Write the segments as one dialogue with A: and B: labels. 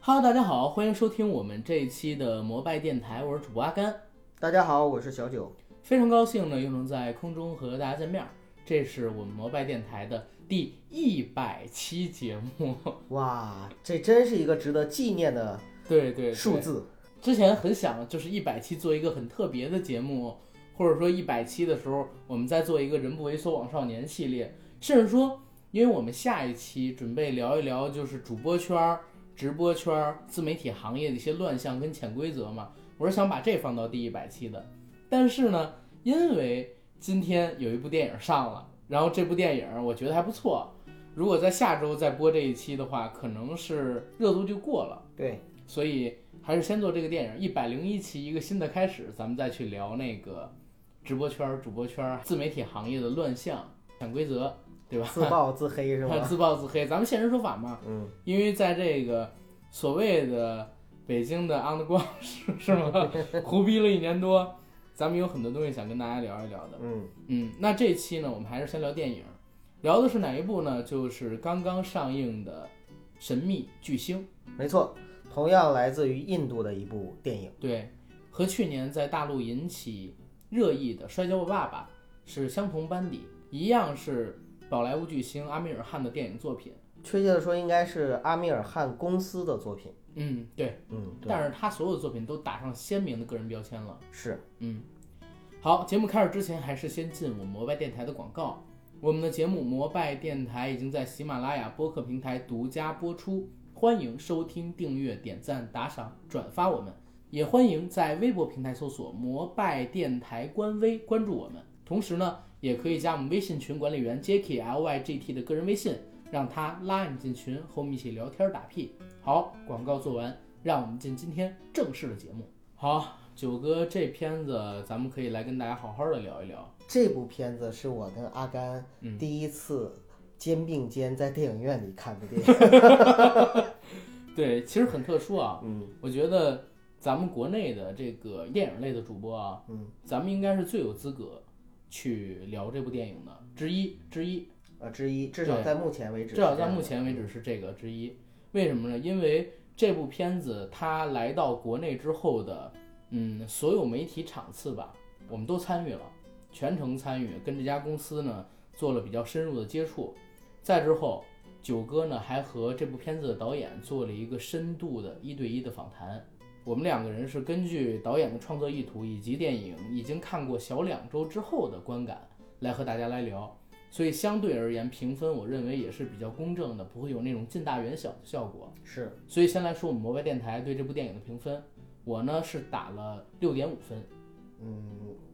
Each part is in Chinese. A: Hello，大家好，欢迎收听我们这一期的摩拜电台，我是主播阿甘，
B: 大家好，我是小九。
A: 非常高兴呢又能在空中和大家见面儿。这是我们摩拜电台的第一百期节目，
B: 哇，这真是一个值得纪念的
A: 对对对
B: 数字。
A: 之前很想就是一百期做一个很特别的节目，或者说一百期的时候，我们再做一个“人不为所往少年”系列，甚至说，因为我们下一期准备聊一聊就是主播圈儿、直播圈儿、自媒体行业的一些乱象跟潜规则嘛，我是想把这放到第一百期的。但是呢，因为今天有一部电影上了，然后这部电影我觉得还不错，如果在下周再播这一期的话，可能是热度就过了。
B: 对，
A: 所以还是先做这个电影一百零一期一个新的开始，咱们再去聊那个直播圈儿、主播圈儿、自媒体行业的乱象、潜规则，对吧？
B: 自暴自黑 是吗？
A: 自暴自黑，咱们现身说法嘛。
B: 嗯，
A: 因为在这个所谓的北京的 underground 是是吗？胡逼了一年多，咱们有很多东西想跟大家聊一聊的。
B: 嗯，
A: 嗯，那这一期呢，我们还是先聊电影，聊的是哪一部呢？就是刚刚上映的《神秘巨星》。
B: 没错，同样来自于印度的一部电影。
A: 对，和去年在大陆引起热议的《摔跤吧，爸爸》是相同班底，一样是宝莱坞巨星阿米尔汗的电影作品。
B: 确切的说，应该是阿米尔汗公司的作品。
A: 嗯，对，
B: 嗯，对，
A: 但是他所有的作品都打上鲜明的个人标签了。
B: 是
A: 嗯，好，节目开始之前，还是先进我们摩拜电台的广告。我们的节目摩拜电台已经在喜马拉雅播客平台独家播出，欢迎收听、订阅、点赞、打赏、转发我们，也欢迎在微博平台搜索摩拜电台官微关注我们。同时呢，也可以加我们微信群管理员 Jacky L Y G T 的个人微信，让他拉你进群，和我们一起聊天打屁。好，广告做完，让我们进今天正式的节目。好，九哥这片子，咱们可以来跟大家好好的聊一聊。
B: 这部片子是我跟阿甘
A: 嗯
B: 第一次肩并肩在电影院里看的电影。
A: 对，其实很特殊啊，
B: 嗯，
A: 我觉得咱们国内的这个电影类的主播啊，
B: 嗯，
A: 咱们应该是最有资格去聊这部电影的之一之一，
B: 呃，之一，至少
A: 对
B: 在目前为止，
A: 至少在目前为
B: 嗯
A: 止，是这个之一。为什么呢？因为这部片子它来到国内之后的，嗯，所有媒体场次吧，我们都参与了，全程参与，跟这家公司呢做了比较深入的接触。再之后，九哥呢还和这部片子的导演做了一个深度的一对一的访谈。我们两个人是根据导演的创作意图以及电影已经看过小两周之后的观感来和大家来聊，所以相对而言评分我认为也是比较公正的，不会有那种近大远小的效果。
B: 是
A: 所以先来说我们摩拜电台对这部电影的评分，我呢是打了六点五分，
B: 嗯，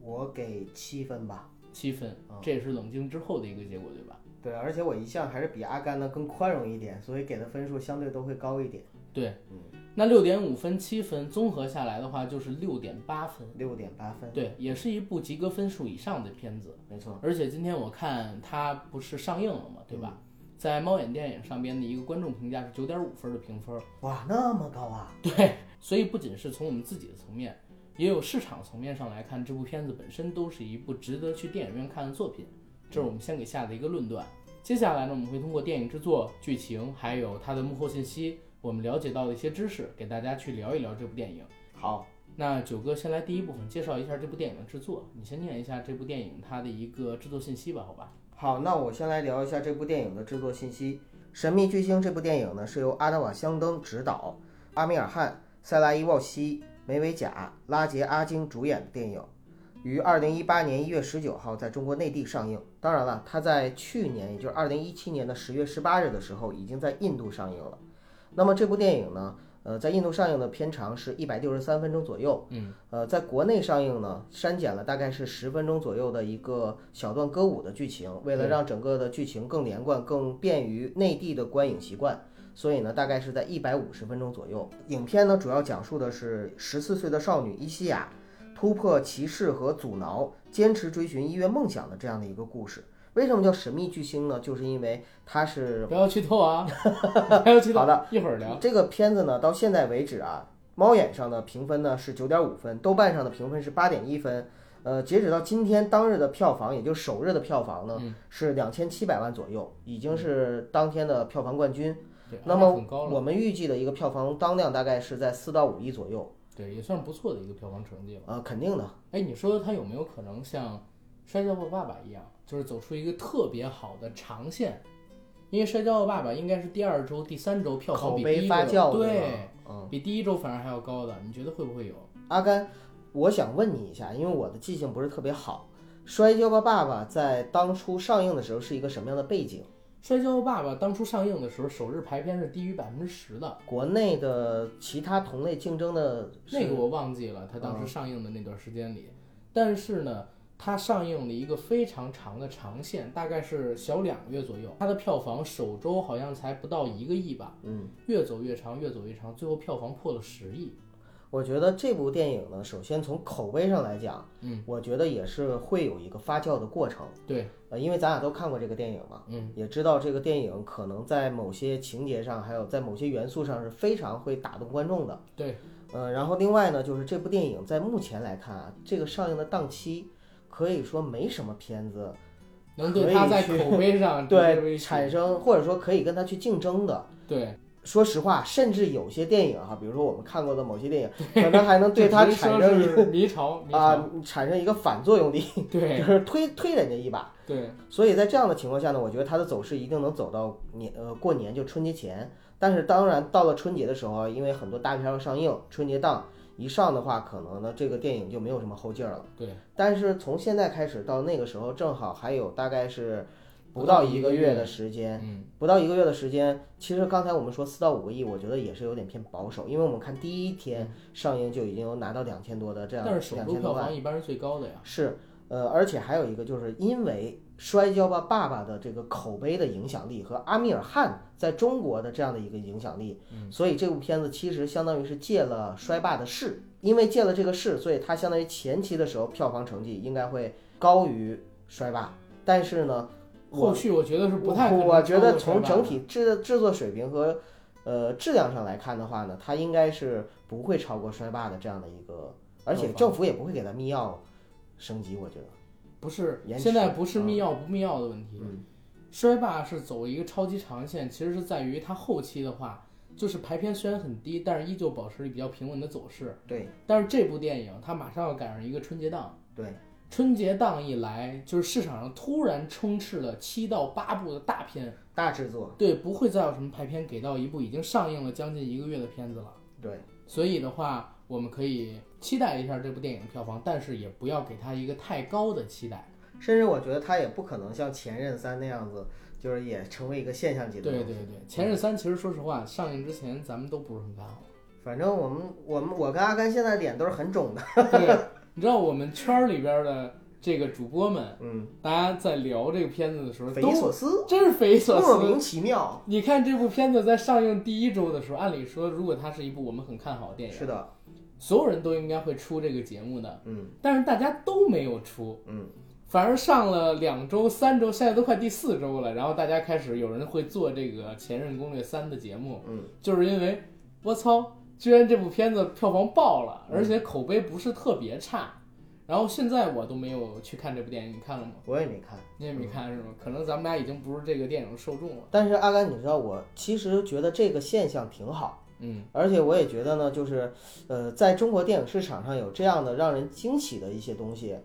B: 我给七分吧。
A: 七分，
B: 啊
A: 这也是冷静之后的一个结果，对吧？
B: 对，而且我一向还是比阿甘呢更宽容一点，所以给的分数相对都会高一点，
A: 对，
B: 嗯
A: 那六点五分、七分综合下来的话就是六点八分，
B: 六点八分。
A: 对，也是一部及格分数以上的片子。
B: 没错，
A: 而且今天我看它不是上映了嘛，对吧？
B: 嗯
A: 在猫眼电影上边的一个观众评价是九点五分的评分，
B: 哇，那么高啊！
A: 对，所以不仅是从我们自己的层面，也有市场层面上来看，这部片子本身都是一部值得去电影院看的作品，这是我们先给下的一个论断。接下来呢，我们会通过电影制作、剧情，还有它的幕后信息，我们了解到的一些知识，给大家去聊一聊这部电影。
B: 好，
A: 那九哥先来第一部分，介绍一下这部电影的制作。你先念一下这部电影它的一个制作信息吧，好吧？
B: 好，那我先来聊一下这部电影的制作信息。《神秘巨星》这部电影呢，是由阿达瓦香登执导，阿米尔汗、塞拉伊沃西、梅维贾、拉杰阿京主演的电影，于二零一八年一月十九号在中国内地上映。当然了，它在去年，也就是二零一七年的十月十八日的时候，已经在印度上映了。那么这部电影呢，呃，在印度上映的片长是一百六十三分钟左右。
A: 嗯，
B: 呃，在国内上映呢，删减了大概是十分钟左右的一个小段歌舞的剧情，为了
A: 对
B: 让整个的剧情更连贯，更便于内地的观影习惯，所以呢，大概是在一百五十分钟左右。影片呢，主要讲述的是十四岁的少女伊西亚突破歧视和阻挠，坚持追寻音乐梦想的这样的一个故事。为什么叫神秘巨星呢？就是因为它是
A: 不要剧透啊， 不要剧透。
B: 好
A: 的，一会儿聊。
B: 这个片子呢，到现在为止啊，猫眼上的评分呢是九点五分，豆瓣上的评分是八点一分。呃，截止到今天当日的票房，也就是
A: 嗯
B: 首日的票房呢，是两千七百万左右，已经是当天的票房冠军。
A: 对，
B: 那么
A: 很高了，
B: 我们预计的一个票房当量大概是在四到五亿左右，
A: 对，也算不错的一个票房成绩了。啊
B: 呃，肯定的，
A: 哎，你说他有没有可能像《摔跤吧，爸爸》一样，就是走出一个特别好的长线？因为《摔跤吧，爸爸》应该是第二周、第三周票
B: 口
A: 房比第
B: 碑
A: 一
B: 发
A: 周
B: 酵，
A: 对，
B: 吧？嗯，
A: 比第一周反而还要高的，你觉得会不会有？
B: 阿甘，我想问你一下，因为我的记性不是特别好，《摔跤吧，爸爸》在当初上映的时候是一个什么样的背景？
A: 《摔跤吧，爸爸》当初上映的时候，首日排片是低于百分之十的，
B: 国内的其他同类竞争的是嗯
A: 那个我忘记了，它当时上映的那段时间里，但是呢，它上映了一个非常长的长线，大概是小两个月左右，它的票房首周好像才不到一个亿吧，
B: 嗯，
A: 越走越长，越走越长，最后票房破了十亿。
B: 我觉得这部电影呢，首先从口碑上来讲，
A: 嗯，
B: 我觉得也是会有一个发酵的过程。
A: 对，
B: 呃，因为咱俩都看过这个电影嘛，
A: 嗯，
B: 也知道这个电影可能在某些情节上，还有在某些元素上是非常会打动观众的。
A: 对，
B: 呃，然后另外呢，就是这部电影在目前来看啊，这个上映的档期可以说没什么片子
A: 能对它在
B: 可以去
A: 口碑上直接
B: 对
A: 威胁
B: 产生，或者说可以跟它去竞争的。
A: 对
B: 说实话，甚至有些电影哈，比如说我们看过的某些电影，可能还能对 它
A: 只是
B: 产
A: 说
B: 生一
A: 是迷潮迷
B: 啊、
A: 潮，
B: 产生一个反作用力，就
A: 对
B: 是推推人家一把。
A: 对
B: 所以在这样的情况下呢，我觉得它的走势一定能走到年呃过年就春节前。但是当然到了春节的时候啊，因为很多大片要上映，春节档一上的话，可能呢这个电影就没有什么后劲儿了。
A: 对，
B: 但是从现在开始到那个时候，正好还有大概是不
A: 不到
B: 到
A: 一
B: 一
A: 个
B: 个
A: 月
B: 月的时间，
A: 嗯
B: 不到一个月的时间，其实刚才我们说四到五个亿，我觉得也是有点偏保守，因为我们看第一天上映就已经有拿到两千多的这样
A: 但是首
B: 两
A: 周
B: 千多
A: 票
B: 万，
A: 房一般是最高的呀，
B: 是，呃，而且还有一个就是因为《摔跤吧，爸爸》的这个口碑的影响力和阿米尔汗在中国的这样的一个影响力，
A: 嗯
B: 所以这部片子其实相当于是借了摔爸的势，因为借了这个势，所以它相当于前期的时候票房成绩应该会高于摔爸，但是呢，我
A: 后续我觉得是不太可能
B: 我觉得
A: 超过
B: 从
A: 300
B: 整
A: 的
B: 体制制作水平和呃质量上来看的话呢，它应该是不会超过摔霸的这样的一个，而且政府也不会给它密钥升级，我觉得。
A: 不是，
B: 延迟啊
A: 现在不是密钥不密钥的问题。
B: 嗯
A: 摔霸是走一个超级长线，其实是在于它后期的话，就是排片虽然很低，但是依旧保持比较平稳的走势。
B: 对
A: 但是这部电影它马上要赶上一个春节档，
B: 对，
A: 春节档一来，就是市场上突然充斥了七到八部的大片，
B: 大制作，
A: 对，不会再有什么排片给到一部已经上映了将近一个月的片子了。
B: 对
A: 所以的话，我们可以期待一下这部电影的票房，但是也不要给它一个太高的期待。
B: 甚至我觉得它也不可能像《前任三》那样子，就是也成为一个现象级的
A: 对
B: 东西。嗯
A: 对对，《前任三》其实说实话，上映之前咱们都不是很看好。
B: 反正我们我们我跟阿甘现在脸都是很肿的，
A: 对，你知道我们圈儿里边的这个主播们，
B: 嗯，
A: 大家在聊这个片子的时候，
B: 匪夷
A: 都
B: 所思，
A: 真是匪夷所
B: 莫
A: 思。
B: 名其妙。
A: 你看这部片子在上映第一周的时候，按理说，如果它是一部我们很看好的电影，
B: 是的，
A: 所有人都应该会出这个节目的，
B: 嗯
A: 但是大家都没有出，
B: 嗯，
A: 反而上了两周、三周，现在都快第四周了。然后大家开始有人会做这个《前任攻略三》的节目，
B: 嗯，
A: 就是因为我操，居然这部片子票房爆了，而且口碑不是特别差。然后现在我都没有去看这部电影，你看了吗？
B: 我也没看。
A: 你也没看是吗？可能咱们俩已经不是这个电影的受众了。
B: 但是阿甘，你知道我其实觉得这个现象挺好，
A: 嗯，
B: 而且我也觉得呢，就是，呃，在中国电影市场上有这样的让人惊喜的一些东西，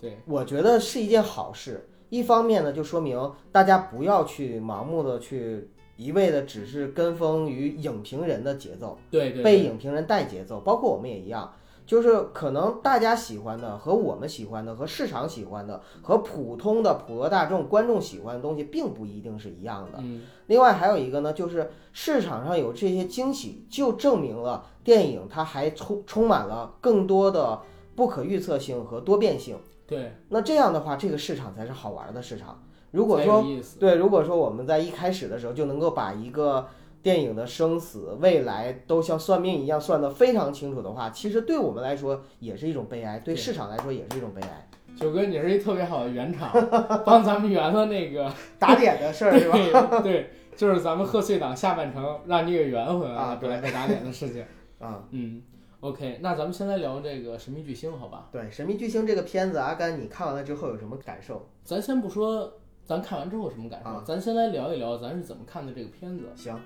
A: 对，
B: 我觉得是一件好事。一方面呢，就说明大家不要去盲目的去一味的只是跟风于影评人的节奏，
A: 对对
B: 被
A: 对，
B: 影评人带节奏，包括我们也一样。就是可能大家喜欢的和我们喜欢的和市场喜欢的和普通的普罗大众观众喜欢的东西并不一定是一样的。
A: 嗯，
B: 另外还有一个呢，就是市场上有这些惊喜，就证明了电影它还充充满了更多的不可预测性和多变性。
A: 对，
B: 那这样的话，这个市场才是好玩的市场。如果
A: 才
B: 说
A: 有意思，
B: 对，如果说我们在一开始的时候就能够把一个电影的生死、未来都像算命一样算得非常清楚的话，其实对我们来说也是一种悲哀，对
A: 对
B: 市场来说也是一种悲 哀。
A: 九哥你是一特别好的圆 场，帮咱们圆了那个
B: 打点的事儿是
A: 对
B: 吧？
A: 对，就是咱们贺岁档下半程让你给圆回来
B: 啊
A: 了，本来被打脸的事 情。
B: 啊、
A: 嗯，OK，那咱们先来聊这个《神秘巨星》，好吧？
B: 对，《神秘巨星》这个片子，阿甘，你看完了之后有什么感受？
A: 咱先不说咱看完之后什么感受，
B: 啊
A: 咱先来聊一聊咱是怎么看的这个片子。
B: 行，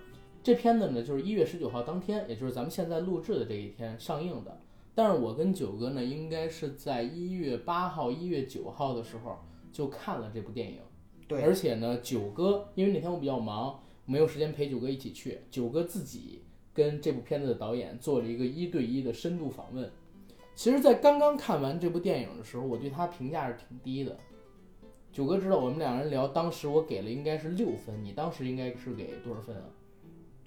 A: 这片子呢，就是一月十九号当天，也就是咱们现在录制的这一天上映的。但是我跟九哥呢，应该是在一月八号、一月九号的时候就看了这部电影。
B: 对，
A: 而且呢，九哥因为那天我比较忙，没有时间陪九哥一起去，九哥自己跟这部片子的导演做了一个一对一的深度访问。其实，在刚刚看完这部电影的时候，我对他评价是挺低的。九哥知道我们两人聊，当时我给了应该是六分，你当时应该是给多少分啊？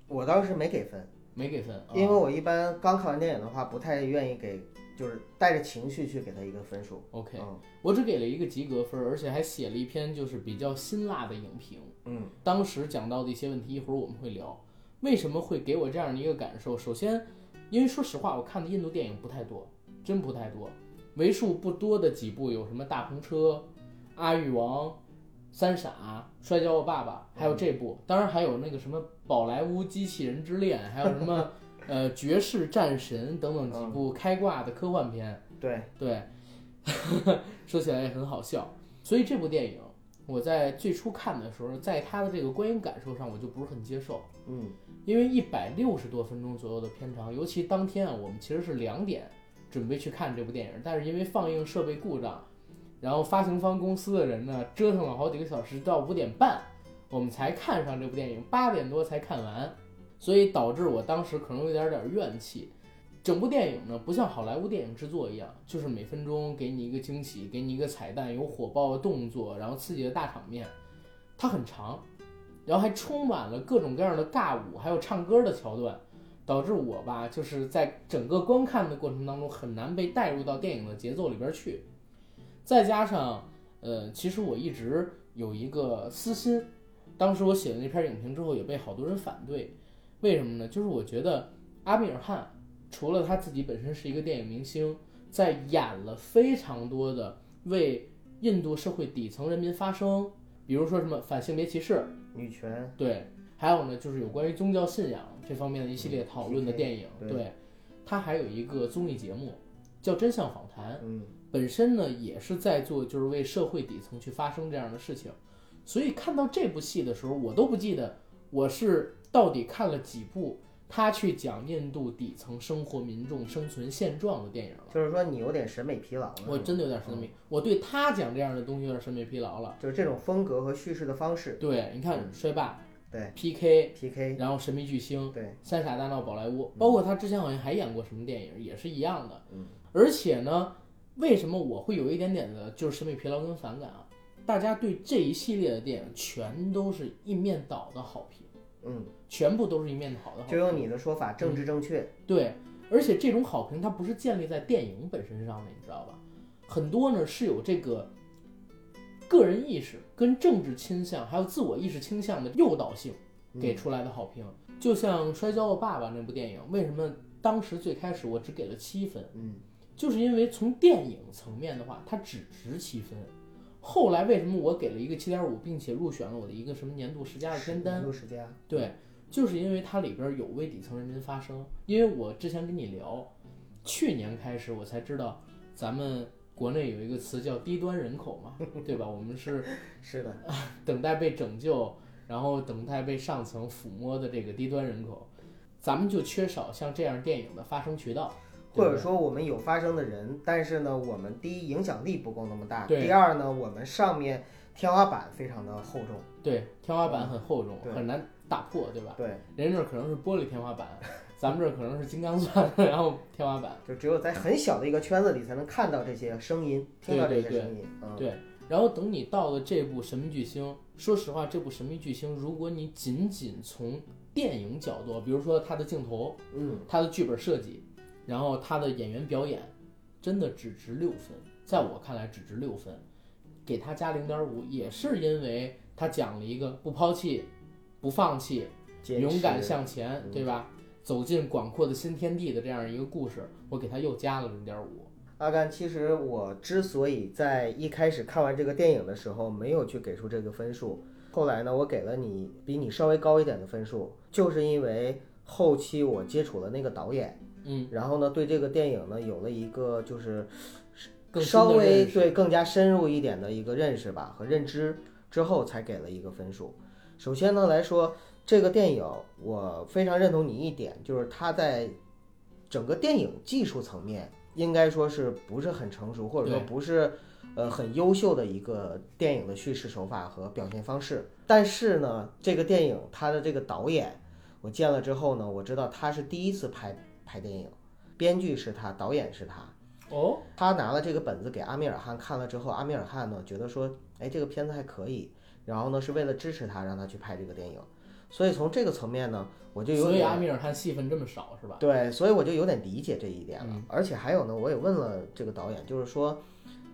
B: 我当时没给分，
A: 没给分啊？
B: 因为我一般刚看完电影的话，不太愿意给，就是带着情绪去给他一个分数。
A: OK，
B: 嗯
A: 我只给了一个及格分，而且还写了一篇就是比较辛辣的影评。
B: 嗯，
A: 当时讲到的一些问题，一会儿我们会聊。为什么会给我这样的一个感受？首先，因为说实话，我看的印度电影不太多，真不太多，为数不多的几部有什么《大篷车》《阿育王》《三傻》《摔跤吧爸爸》，还有这部，当然还有那个什么《宝莱坞机器人之恋》，还有什么呃《绝世战神》等等几部开挂的科幻片。
B: 对，
A: 对， 说起来也很好笑。所以这部电影，我在最初看的时候，在它的这个观影感受上，我就不是很接受，
B: 嗯
A: 因为一百六十多分钟左右的片长，尤其当天啊，我们其实是两点准备去看这部电影，但是因为放映设备故障，然后发行方公司的人呢折腾了好几个小时，到五点半我们才看上这部电影，八点多才看完，所以导致我当时可能有点点怨气。整部电影呢，不像好莱坞电影制作一样，就是每分钟给你一个惊喜，给你一个彩蛋，有火爆的动作，然后刺激的大场面。它很长，然后还充满了各种各样的尬舞，还有唱歌的桥段，导致我吧，就是在整个观看的过程当中很难被带入到电影的节奏里边去。再加上，呃，其实我一直有一个私心，当时我写的那篇影评之后也被好多人反对，为什么呢？就是我觉得阿米尔汗。除了他自己本身是一个电影明星，在演了非常多的为印度社会底层人民发声，比如说什么反性别歧视，
B: 女权，
A: 对，还有呢就是有关于宗教信仰这方面的一系列讨论的电影，
B: 嗯对
A: 对，他还有一个综艺节目叫《真相访谈》，
B: 嗯
A: 本身呢也是在做就是为社会底层去发声这样的事情，所以看到这部戏的时候，我都不记得我是到底看了几部他去讲印度底层生活、民众生存现状的电影了。
B: 就是说你有点审美疲劳了。嗯
A: 我真的有点审美，我对他讲这样的东西有点审美疲劳了。
B: 就是这种风格和叙事的方式。
A: 对，你看摔霸
B: 嗯对
A: PK，
B: ，PK，
A: 然后神秘巨星，
B: 对，
A: 三傻大闹宝莱坞，包括他之前好像还演过什么电影，也是一样的。
B: 嗯，
A: 而且呢，为什么我会有一点点的就是审美疲劳跟反感啊？大家对这一系列的电影全都是一面倒的好评，
B: 嗯，
A: 全部都是一面倒的好
B: 就
A: 评。
B: 用你的说法，政治正确。
A: 对，而且这种好评它不是建立在电影本身上的，你知道吧？很多呢是有这个个人意识、跟政治倾向还有自我意识倾向的诱导性。给出来的好评。就像《摔跤吧，爸爸》那部电影，为什么当时最开始我只给了七分？
B: 嗯，
A: 就是因为从电影层面的话，它只值七分。后来为什么我给了一个七点五，并且入选了我的一个什么年度十
B: 嗯
A: 佳的片单？
B: 录时间。
A: 对，就是因为它里边有为底层人民发声。因为我之前跟你聊，去年开始我才知道咱们国内有一个词叫低端人口嘛，对吧？我们是
B: 是的，
A: 等待被拯救，然后等待被上层抚摸的这个低端人口，咱们就缺少像这样电影的发声渠道，
B: 或
A: 对
B: 者说我们有发声的人，但是呢，我们第一影响力不够那么大，
A: 对
B: 第二呢，我们上面天花板非常的厚重。
A: 对天花板很厚重，
B: 对
A: 很难打破，对吧？
B: 对，
A: 人家那儿可能是玻璃天花板， 咱们这儿可能是金刚钻， 然后天花板。
B: 就只有在很小的一个圈子里才能看到这些声音，听到
A: 对
B: 这些
A: 对
B: 声音。嗯，
A: 对，然后等你到了这部《神秘巨星》，说实话，这部《神秘巨星》，如果你仅仅从电影角度，比如说它的镜头、
B: 嗯，
A: 它的剧本设计，然后它的演员表演，真的只值六分，在我看来只值六分，给他加零点五也是因为他讲了一个不抛弃、不放弃、
B: 坚
A: 勇敢
B: 持
A: 向前，
B: 嗯
A: 对吧？走进广阔的新天地的这样一个故事，我给他又加了零点五。
B: 阿甘，其实我之所以在一开始看完这个电影的时候没有去给出这个分数，后来呢，我给了你比你稍微高一点的分数，就是因为后期我接触了那个导演，
A: 嗯，
B: 然后呢，对这个电影呢有了一个就是
A: 更深
B: 稍
A: 的
B: 微
A: 认识
B: 对更加深入一点的一个认识吧和认知之后才给了一个分数。首先呢来说，这个电影我非常认同你一点，就是它在整个电影技术层面应该说是不是很成熟，或者说
A: 对
B: 不是呃很优秀的一个电影的叙事手法和表现方式。但是呢，这个电影它的这个导演，我见了之后呢，我知道他是第一次拍拍电影，编剧是他，导演是他。
A: 哦，
B: 他拿了这个本子给阿米尔汗看了之后，阿米尔汗呢觉得说，哎，这个片子还可以，然后呢是为了支持他，让他去拍这个电影。所以从这个层面呢，我就有
A: 所以阿
B: 点
A: 米尔汗戏份这么少是吧？
B: 对，所以我就有点理解这一点了。
A: 嗯
B: 而且还有呢，我也问了这个导演，就是说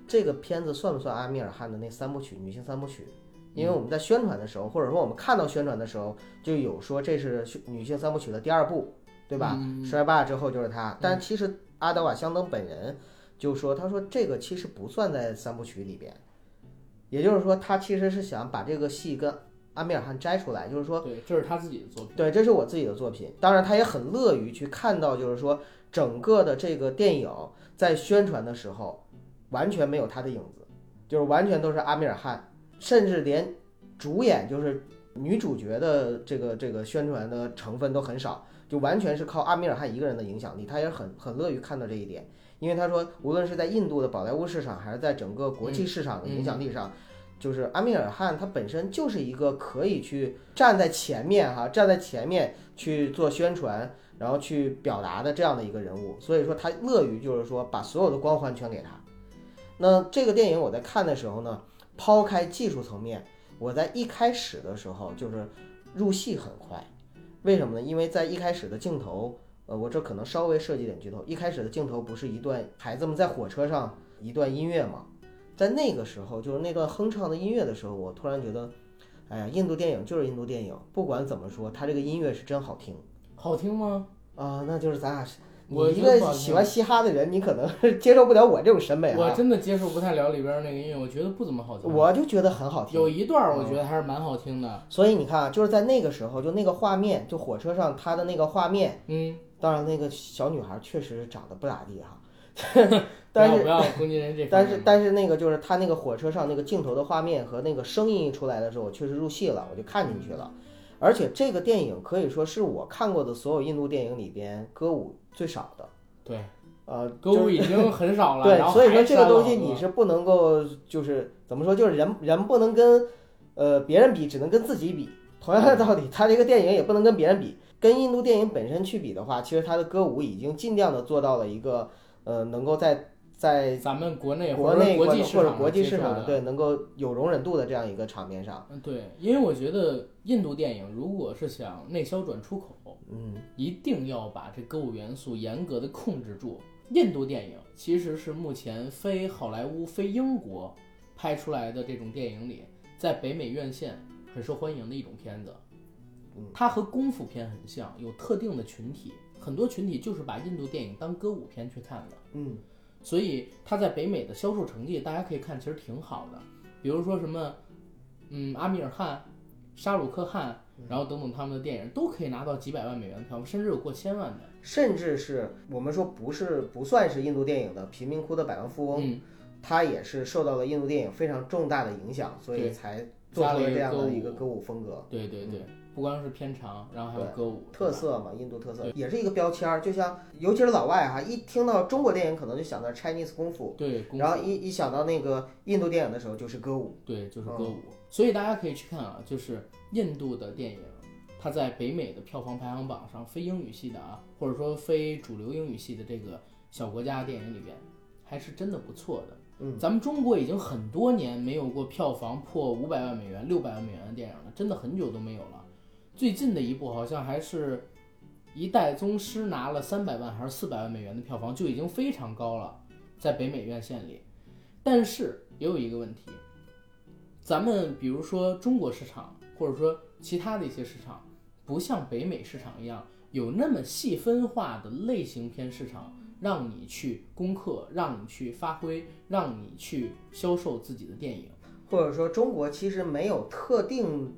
B: 这个片子算不算阿米尔汗的那三部曲女性三部曲？因为我们在宣传的时候，或者说我们看到宣传的时候，就有说这是女性三部曲的第二部，对吧？
A: 嗯
B: 摔霸之后就是他，但其实阿德瓦香登本人就说，他说这个其实不算在三部曲里边，也就是说他其实是想把这个戏跟阿米尔汗摘出来，就是说
A: 对，这是他自己的作品。
B: 对，这是我自己的作品。当然，他也很乐于去看到，就是说整个的这个电影在宣传的时候，完全没有他的影子，就是完全都是阿米尔汗，甚至连主演就是女主角的这个这个宣传的成分都很少，就完全是靠阿米尔汗一个人的影响力。他也很很乐于看到这一点，因为他说，无论是在印度的宝莱坞市场，还是在整个国际市场的影响力上。就是阿米尔汗，他本身就是一个可以去站在前面哈、站在前面去做宣传，然后去表达的这样的一个人物。所以说，他乐于就是说把所有的光环全给他。那这个电影我在看的时候呢，抛开技术层面，我在一开始的时候就是入戏很快，为什么呢？因为在一开始的镜头，呃，我这可能稍微涉及点剧透。一开始的镜头不是一段孩子们在火车上一段音乐吗？在那个时候，就是那段哼唱的音乐的时候，我突然觉得，哎呀，印度电影就是印度电影，不管怎么说，它这个音乐是真好听
A: 好听吗？
B: 啊、那就是咱俩是，你
A: 我
B: 一
A: 真不
B: 个
A: 好
B: 喜
A: 听
B: 欢嘻哈的人，你可能是接受不了我这种审美
A: 我
B: 啊。
A: 真的接受不太了里边那个音乐，我觉得不怎么好听。
B: 我就觉得很好听，
A: 有一段儿我觉得还是蛮好听的。
B: 所以你看啊，就是在那个时候，就那个画面，就火车上她的那个画面，
A: 嗯，
B: 当然那个小女孩确实长得不咋地哈，
A: 不
B: 但
A: 要
B: 是
A: 不要攻击人这方
B: 但
A: 面
B: 是但是那个就是他那个火车上那个镜头的画面和那个声音一出来的时候，我确实入戏了，我就看进去了。而且这个电影可以说是我看过的所有印度电影里边歌舞最少的，
A: 对
B: 呃，
A: 歌
B: 就是
A: 舞已经很少了，然
B: 对，
A: 后
B: 所以说
A: 还
B: 这
A: 删
B: 个
A: 了
B: 东西
A: 好多
B: 你是不能够就是怎么说，就是人人不能跟呃别人比，只能跟自己比。同样的道理，他这个电影也不能跟别人比，跟印度电影本身去比的话，其实他的歌舞已经尽量的做到了一个呃能够在在
A: 咱们国内
B: 国
A: 或者
B: 内
A: 国
B: 观
A: 际
B: 众
A: 市
B: 或者
A: 场
B: 国际市
A: 上接
B: 场啊
A: 受
B: 上
A: 的
B: 对能够有容忍度的这样一个场面上，
A: 嗯对，因为我觉得印度电影如果是想内销转出口，
B: 嗯，
A: 一定要把这歌舞元素严格的控制住。印度电影其实是目前非好莱坞、非英国拍出来的这种电影里，在北美院线很受欢迎的一种片子
B: 嗯。
A: 它和功夫片很像，有特定的群体，很多群体就是把印度电影当歌舞片去看的。
B: 嗯，
A: 所以它在北美的销售成绩，大家可以看，其实挺好的。比如说什么，嗯，阿米尔汗、沙鲁克汗，
B: 嗯
A: 然后等等他们的电影都可以拿到几百万美元的票房，甚至有过千万的。
B: 甚至是我们说不是不算是印度电影的贫民窟的百万富翁，
A: 嗯，
B: 他也是受到了印度电影非常重大的影响，所以
A: 对
B: 才做出了这样的一个歌舞风格。
A: 对对对，不光是片长，然后还有歌舞
B: 特。
A: 对吧
B: 色嘛，印度特色也是一个标签儿，就像尤其是老外哈、一听到中国电影可能就想到 Chinese 功夫，
A: 对，功
B: 然后
A: 夫
B: 一一想到那个印度电影的时候就是歌舞。嗯
A: 对就是歌舞，所以大家可以去看啊，就是印度的电影，它在北美的票房排行榜上，非英语系的啊，或者说非主流英语系的这个小国家电影里边，还是真的不错的。
B: 嗯，
A: 咱们中国已经很多年没有过票房破五百万美元、六百万美元的电影了，真的很久都没有了。最近的一部好像还是一代宗师拿了三百万还是四百万美元的票房，就已经非常高了，在北美院线里。但是也有一个问题，咱们比如说中国市场，或者说其他的一些市场，不像北美市场一样有那么细分化的类型片市场，让你去攻克，让你去发挥，让你去销售自己的电影。
B: 或者说中国其实没有特定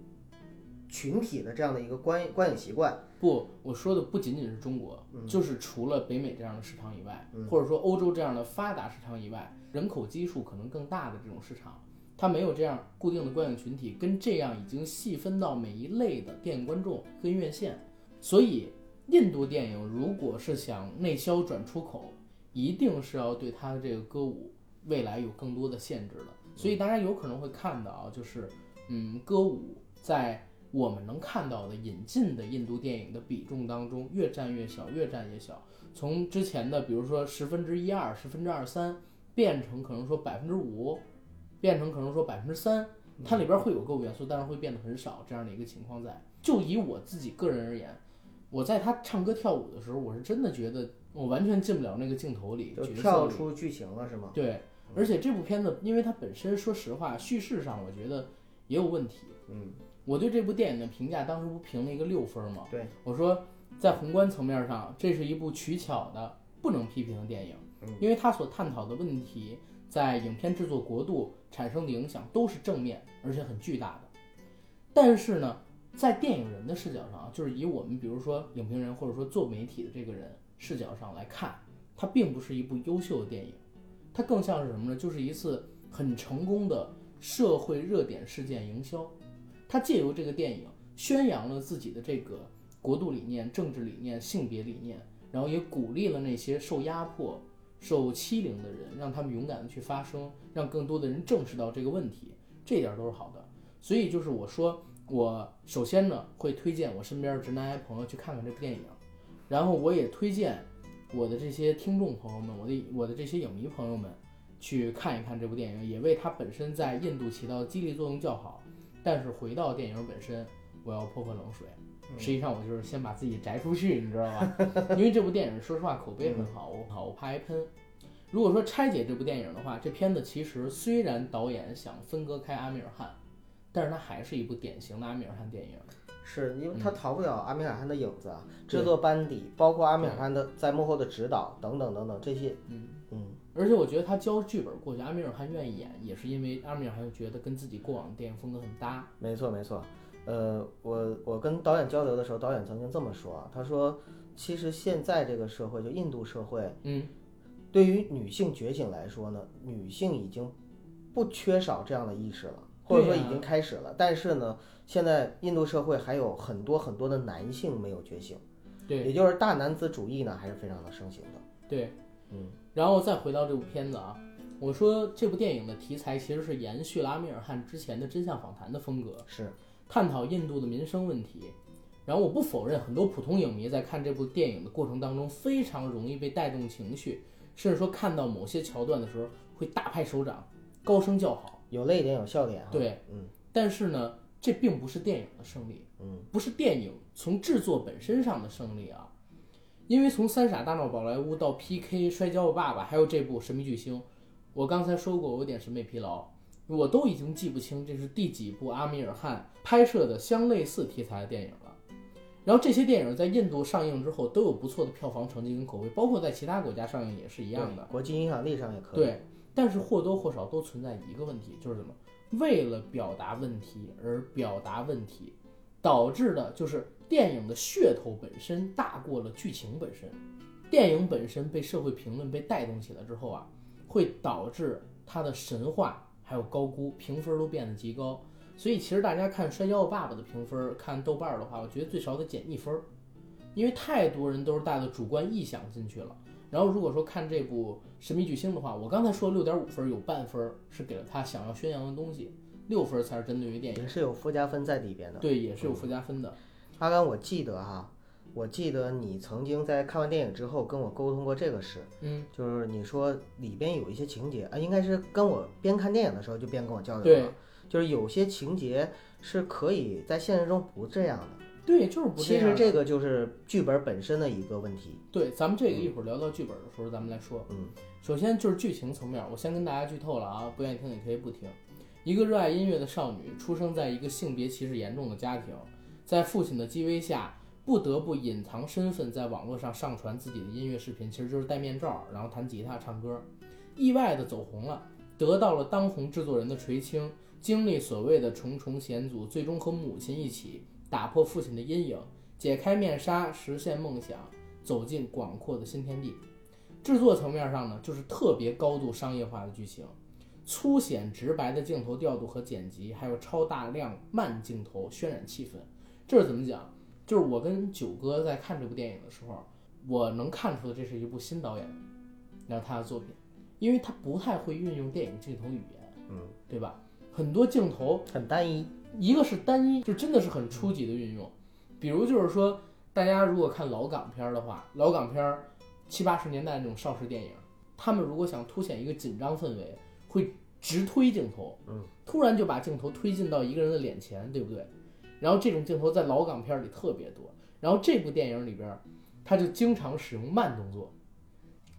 B: 群体的这样的一个观观影习惯。
A: 不，我说的不仅仅是中国，就是除了北美这样的市场以外，或者说欧洲这样的发达市场以外，人口基数可能更大的这种市场，它没有这样固定的观影群体，跟这样已经细分到每一类的电影观众跟院线，所以印度电影如果是想内销转出口，一定是要对它的这个歌舞未来有更多的限制的。所以大家有可能会看到啊，就是嗯，歌舞在我们能看到的引进的印度电影的比重当中越占越小，越占越小。从之前的比如说十分之一二、十分之二三，变成可能说百分之五，变成可能说百分之三，它里边会有歌舞元素，但是会变得很少这样的一个情况在。就以我自己个人而言，我在他唱歌跳舞的时候，我是真的觉得我完全进不了那个镜头里，
B: 就
A: 角色
B: 跳
A: 里。
B: 出剧情了是吗？
A: 对，而且这部片子，因为它本身说实话，叙事上我觉得也有问题。
B: 嗯，
A: 我对这部电影的评价，当时不评了一个六分吗？
B: 对，
A: 我说在宏观层面上，这是一部取巧的、不能批评的电影，
B: 嗯
A: 因为它所探讨的问题，在影片制作国度产生的影响都是正面而且很巨大的。但是呢，在电影人的视角上啊，就是以我们比如说影评人或者说做媒体的这个人视角上来看，它并不是一部优秀的电影，它更像是什么呢？就是一次很成功的社会热点事件营销。他借由这个电影宣扬了自己的这个国度理念、政治理念、性别理念，然后也鼓励了那些受压迫、受欺凌的人，让他们勇敢的去发声，让更多的人正视到这个问题，这一点都是好的。所以就是我说，我首先呢会推荐我身边的直男癌朋友去看看这部电影，然后我也推荐我的这些听众朋友们，我的我的这些影迷朋友们去看一看这部电影，也为它本身在印度起到的激励作用较好。但是回到电影本身，我要泼泼冷水。
B: 嗯
A: 实际上，我就是先把自己摘出去，你知道吧？ 因为这部电影，说实话口碑很好，我好我怕挨喷。如果说拆解这部电影的话，这片子其实虽然导演想分割开阿米尔汗，但是它还是一部典型的阿米尔汗电影。
B: 是因为他
A: 嗯
B: 逃不了阿米尔汗的影子啊，
A: 对
B: 制作班底包括阿米尔汗的在幕后的指导等等等等这些，
A: 嗯
B: 嗯，
A: 而且我觉得他交剧本过去，阿米尔汗愿意演，也是因为阿米尔汗觉得跟自己过往的电影风格很搭。
B: 没错没错，呃，我我跟导演交流的时候，导演曾经这么说啊，他说其实现在这个社会，就印度社会，
A: 嗯，
B: 对于女性觉醒来说呢，女性已经不缺少这样的意识了，或者说
A: 对呀啊
B: 已经开始了，但是呢，现在印度社会还有很多很多的男性没有觉醒，
A: 对
B: 也就是大男子主义呢还是非常的盛行的，
A: 对。
B: 嗯
A: 然后再回到这部片子啊，我说这部电影的题材其实是延续了阿米尔汗之前的真相访谈的风格，
B: 是，
A: 探讨印度的民生问题。然后我不否认，很多普通影迷在看这部电影的过程当中，非常容易被带动情绪，甚至说看到某些桥段的时候会大拍手掌、高声叫好。
B: 有泪点有笑点哈，
A: 对，
B: 嗯
A: 但是呢，这并不是电影的胜利，
B: 嗯，
A: 不是电影从制作本身上的胜利啊，因为从《三傻大闹宝莱坞》到 PK、摔跤吧爸爸，还有这部《神秘巨星》，我刚才说过我有点审美疲劳，我都已经记不清这是第几部阿米尔汗拍摄的相类似题材的电影了。然后这些电影在印度上映之后都有不错的票房成绩跟口碑，包括在其他国家上映也是一
B: 一
A: 样的。
B: 国际影响力上也可以，
A: 对，但是或多或少都存在一个问题，就是什么？为了表达问题而表达问题，导致的就是电影的噱头本身大过了剧情本身。电影本身被社会评论被带动起来之后啊，会导致它的神话还有高估，评分都变得极高。所以其实大家看《摔跤吧爸爸》的评分，看豆瓣儿的话，我觉得最少得减一分儿，因为太多人都是带着主观臆想进去了。然后如果说看这部《神秘巨星》的话，我刚才说六点五分，有半分是给了他想要宣扬的东西，六分才是针对于电影，
B: 也是有附加分在里边的。
A: 对，也是有附加分的。
B: 阿甘，我记得哈、我记得你曾经在看完电影之后跟我沟通过这个事，
A: 嗯，
B: 就是你说里边有一些情节啊，应该是跟我边看电影的时候就边跟我交流
A: 对
B: 了，就是有些情节是可以在现实中不这样的。
A: 对，就是不
B: 其
A: 样
B: 实
A: 的
B: 这个就是剧本本身的一个问题。
A: 对，咱们这个一会儿聊到剧本的时候，咱们来说。
B: 嗯，
A: 首先就是剧情层面，我先跟大家剧透了啊，不愿意听也可以不听。一个热爱音乐的少女，出生在一个性别歧视严重的家庭，在父亲的激威下，不得不隐藏身份，在网络上上传自己的音乐视频，其实就是戴面罩，然后弹吉他唱歌，意外的走红了，得到了当红制作人的垂青，经历所谓的重重险阻，最终和母亲一起打破父亲的阴影，解开面纱，实现梦想。走进广阔的新天地。制作层面上呢，就是特别高度商业化的剧情，粗显直白的镜头调度和剪辑，还有超大量慢镜头渲染气氛。这是怎么讲？就是我跟九哥在看这部电影的时候，我能看出这是一部新导演然后他的作品，因为他不太会运用电影镜头语言，
B: 嗯，
A: 对吧？很多镜头
B: 很单一，
A: 一个是单一，就真的是很初级的运用。比如就是说，大家如果看老港片儿的话，老港片儿七八十年代那种邵氏电影，他们如果想凸显一个紧张氛围，会直推镜头，
B: 嗯，
A: 突然就把镜头推进到一个人的脸前，对不对？然后这种镜头在老港片儿里特别多，然后这部电影里边儿，他就经常使用慢动作，